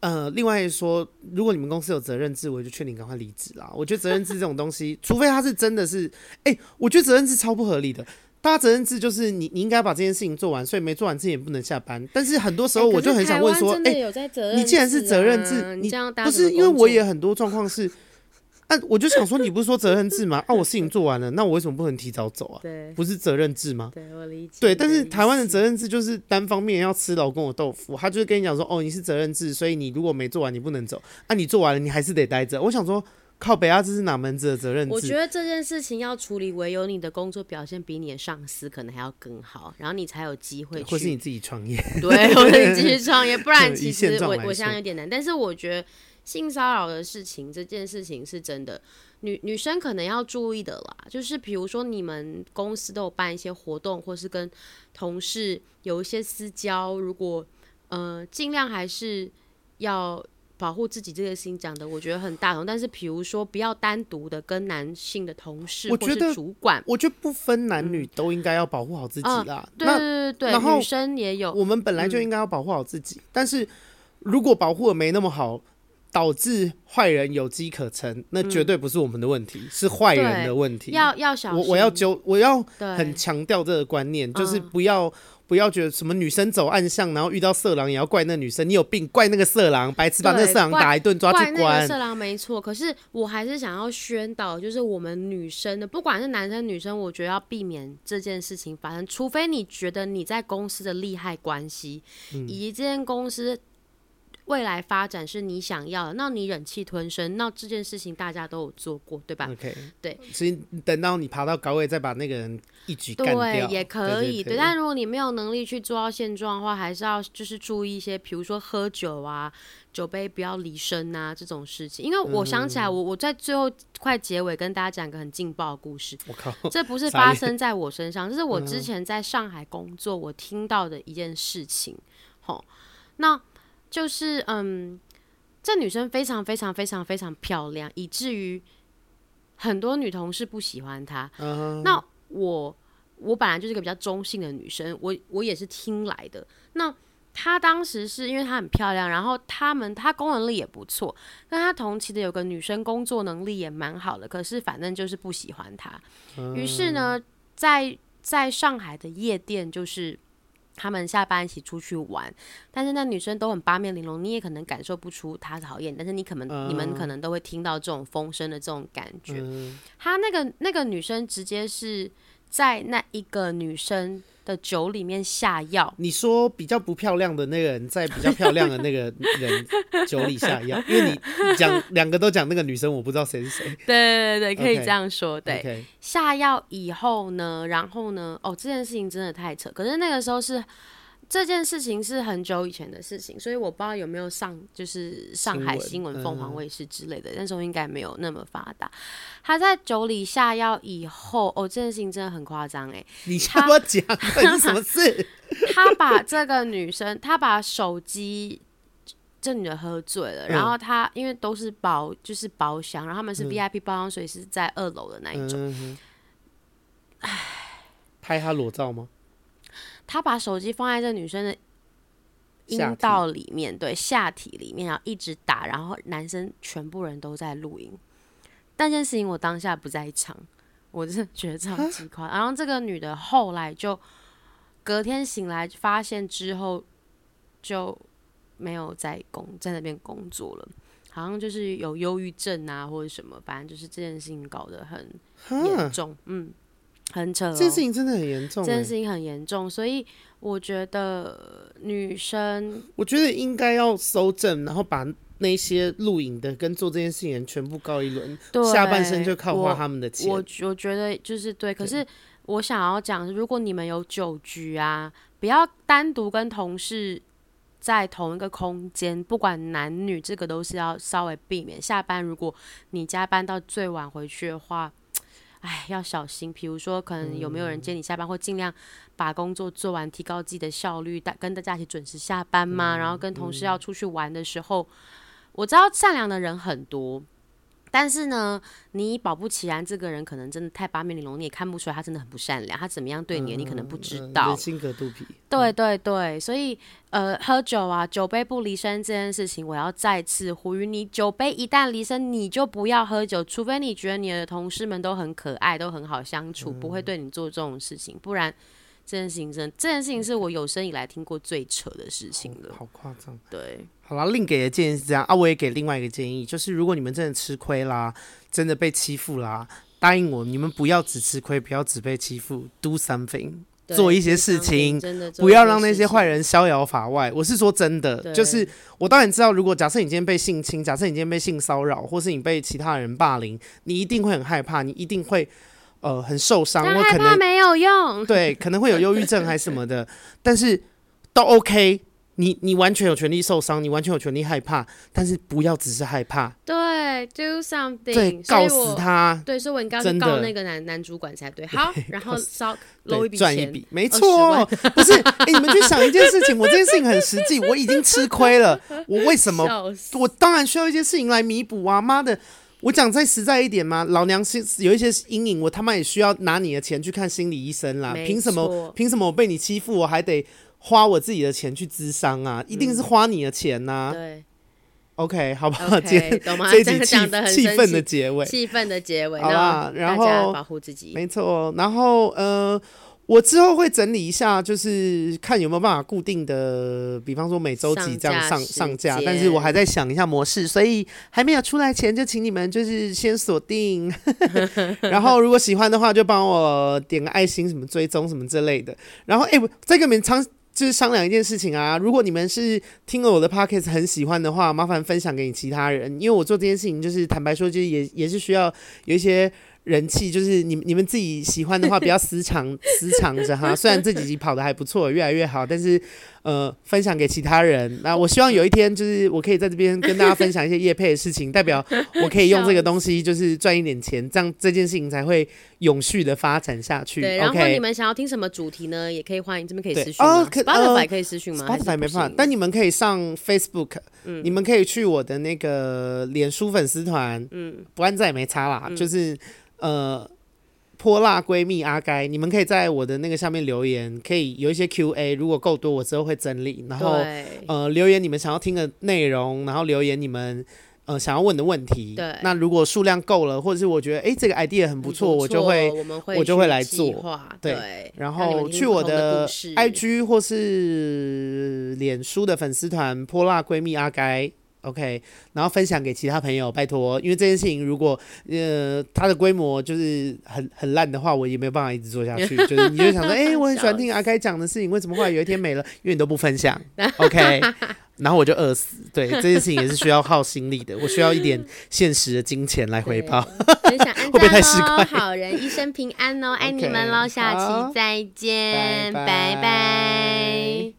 呃，另外说，如果你们公司有责任制，我就劝你赶快离职啦。我觉得责任制这种东西，除非他是真的是，哎、我觉得责任制超不合理的。大家责任制就是你，你应该把这件事情做完，所以没做完之前也不能下班。但是很多时候我就很想问说，哎、你既然是责任制你
啊你这样搭
不
什么
是因为
工
我
作
也很多状况是，啊，我就想说，你不是说责任制吗？啊，我事情做完了，那我为什么不能提早走啊？
对
不是责任制吗？
对，我理解。
对，但是台湾的责任制就是单方面要吃老公的豆腐，他就是跟你讲说，哦，你是责任制，所以你如果没做完，你不能走。啊，你做完了，你还是得待着。我想说，靠北啊，这是哪门子的责任
我觉
制？
得这件事情要处理，唯有你的工作表现比你的上司可能还要更好，然后你才有机会
或是你
去
自己创业？
对，或者你继续创业，不然
以
其
现
实
状
我
来
我想
说
有点难。但是我觉得性骚扰的事情这件事情是真的，女女生可能要注意的啦，就是比如说你们公司都有办一些活动，或是跟同事有一些私交，如果呃尽量还是要。保护自己这个心讲的，我觉得很大同。但是，比如说，不要单独的跟男性的同事
我
或
觉得
是主管，
我觉得不分男女都应该要保护好自己啦。
嗯对啊
那
对对
然
对，
后
女生也有，
我们本来就应该要保护好自己，
嗯
但是如果保护的没那么好，导致坏人有机可乘，那绝对不是我们的问题，是坏人
嗯对
的问题。
要要小
我
心。
我要纠，我要
对
很强调这个观念，就是
嗯
不要、不不要觉得什么女生走暗巷，然后遇到色狼也要怪那女生，你有病，怪那个色狼，白痴把那个
对
色狼打一顿抓
怪
去
那个
关
色。狼没错，可是我还是想要宣导，就是我们女生的，不管是男生女生，我觉得要避免这件事情发生，除非你觉得你在公司的利害关系，
嗯
以及这间公司未来发展是你想要的，那你忍气吞声，那这件事情大家都有做过，对吧？
OK，
对，
所以等到你爬到高位，再把那个人一举干
对
掉，，
也可以。
对对
但如果你没有能力去做到现状的话，还是要就是注意一些，比如说喝酒啊，酒杯不要离身啊这种事情。因为我想起来，
嗯
我我在最后快结尾跟大家讲个很劲爆的故事，
我靠，
这不是
傻眼嗯
发生在我身上，这是我之前在上海工作我听到的一件事情。吼，那就是嗯，这女生非常非常非常非常漂亮，以至于很多女同事不喜欢她。
嗯
那我我本来就是一个比较中性的女生，我我也是听来的。那她当时是因为她很漂亮，然后她们她功能力也不错，跟她同期的有个女生工作能力也蛮好的，可是反正就是不喜欢她。于是呢，在在上海的夜店就是。他们下班一起出去玩，但是那女生都很八面玲珑，你也可能感受不出她讨厌，但是你可能、你们可能都会听到这种风声的这种感觉。她那个那个女生直接是在那一个女生的酒里面下药，
你说比较不漂亮的那个人，在比较漂亮的那个人酒里下 药，因为你讲两个都讲那个女生，我不知道谁是谁。
对对对，可以
OK
这样说，对。
OK，
下药以后呢，然后呢，哦，这件事情真的太扯。可是那个时候是这件事情是很久以前的事情，所以我不知道有没有上就是上海
新
新
闻
闻、凤凰卫视之类的，那时候应该没有那么发达。他在酒里下药以后，哦，这件事情真的很夸张 哎，
你他妈讲关你什么 事？
他把这个女生，他把手机。这女的喝醉
嗯
了，然后他因为都是包就是包厢，然后他们是 VIP 包厢，所以是在二楼的那一种。
嗯哼拍他裸照吗？
他把手机放在这女生的
下体
阴道里面，对下体里面，然后一直打，然后男生全部人都在录音。但这件事情我当下不在场，我真的觉得超级夸张。然后这个女的后来就隔天醒来发现之后就没有在工在那边工作了，好像就是有忧郁症啊或者什么，反正就是这件事情搞得很严
哈，
重，嗯，很扯、哦。
这件事情真的很严重、
这件
欸
事。情很严重，所以我觉得女生
我觉得应该要搜证，然后把那些录影的跟做这件事情的人全部告一轮，
对
下半身就靠花
我
他们的钱。
我觉我觉得就是对，可是我想要讲，如果你们有酒局啊，不要单独跟同事在同一个空间，不管男女，这个都是要稍微避免。下班如果你加班到最晚回去的话。哎，要小心。比如说，可能有没有人
嗯
接你下班，或尽量把工作做完，提高自己的效率，大跟大家一起准时下班嘛。
嗯
然后跟同事要出去玩的时候，我知道善良的人很多，但是呢，你保不齐啊然这个人可能真的太八面玲珑，你也看不出来他真的很不善良，他怎么样对你，你可能不知
嗯
道
人。心隔肚皮。
对对对，所以呃，喝酒啊，酒杯不离身这件事情，我要再次呼吁你，酒杯一旦离身，你就不要喝酒，除非你觉得你的同事们都很可爱，都很好相处，不会
嗯
对你做这种事情，不然这件事情真，这件事情是我有生以来听过最扯的事情了。
好夸张。
对，
好啦，另给的建议是这样啊，我也给另外一个建议，就是如果你们真的吃亏啦，真的被欺负啦，答应我，你们不要只吃亏，不要只被欺负，do something，
对
做一些
这
事
方面
情
真的做
不
一
要
些
让那
事
些坏
情。
人逍遥法外。我是说真的，
对
就是我当然知道，如果假设你今天被性侵，假设你今天被性骚扰，或是你被其他人霸凌，你一定会很害怕，你一定会呃很受伤，
但
或
害
可
怕
能
没有用，
对，可能会有忧郁症还是什么的，但是都 OK。你你完全有权利受伤，你完全有权利害怕，但是不要只是害怕，
对，do something，
对，
所以
告死
我
他，
对，所以我应该
真
去
的
告那个男男主管才 对。好，然后烧搂
对
一笔
赚一
钱，
笔，没
20
错
万，
不是？哎、你们去想一件事情，我这件事情很实际，我已经吃亏了，我为什么
笑死
我当然需要一些事情来弥补啊！妈的，我讲再实在一点嘛，老娘是有一些阴影，我他妈也需要拿你的钱去看心理医生啦。
没
凭什么
错？
凭什么我被你欺负，我还得花我自己的钱去咨商啊？一定是花你的钱呐、
嗯对
OK，好不好？今天
，OK，懂吗？
啊 这一
真
集
的
气
讲的很
气
生
氛
气
的结尾，
气氛的结尾，
好啦
那
然
大家
后
保护自己，
没错。然后呃，我之后会整理一下，就是看有没有办法固定的，比方说每周几这样上
上架时
上架。
间
但是我还在想一下模式，所以还没有出来前，就请你们就是先锁定，然后如果喜欢的话，就帮我点个爱心，什么追踪什么之类的。然后，哎、我再跟你们商就是商量一件事情啊，如果你们是听了我的 podcast 很喜欢的话，麻烦分享给你其他人，因为我做这件事情就是坦白说，就是也也是需要有一些人气，就是你你们自己喜欢的话，不要私藏 私藏着哈。虽然这几集跑的还不错，越来越好，但是呃，分享给其他人。那我希望有一天，就是我可以在这边跟大家分享一些业配的事情，代表我可以用这个东西就是赚一点钱，这样这件事情才会永续的发展下去。
对，然后
OK
你们想要听什么主题呢？也可以欢迎这边可以
对
私讯吗
哦可
Spotify
呃
可以私讯吗
Spotify 没办法，
但
但你们可以上 Facebook，、你
嗯
们可以去我的那个脸书粉丝团，嗯，不按赞也没差啦，
嗯
就是呃，泼辣闺蜜阿该，你们可以在我的那个下面留言，可以有一些 Q&A，如果够多，我之后会整理，然后
对
呃留言你们想要听的内容，然后留言你们。呃，想要问的问题，
对
那如果数量够了，或者是我觉得，哎、这个 idea 很
很
不错，我就会
我们会
我就会来
去
做
计划
对
对，
然
让你们
后
听
去
不
我
同的
的
故事
IG 或是脸书的粉丝团“泼辣闺蜜阿该 ”，OK，然后分享给其他朋友，拜托，因为这件事情如果呃它的规模就是很很烂的话，我也没有办法一直做下去。就是你就想 说，哎、我很喜欢听阿该讲的事情，为什么后来有一天没了？因为你都不分 享，OK，然后我就饿死。对，这件事情也是需要耗心力的，我需要一点现实的金钱来回报。
分享按
会不会太
赞
市
喽，
侩
好人一 生平安哦，爱你
OK，
们喽，下期
好
再见，
拜
拜
拜
拜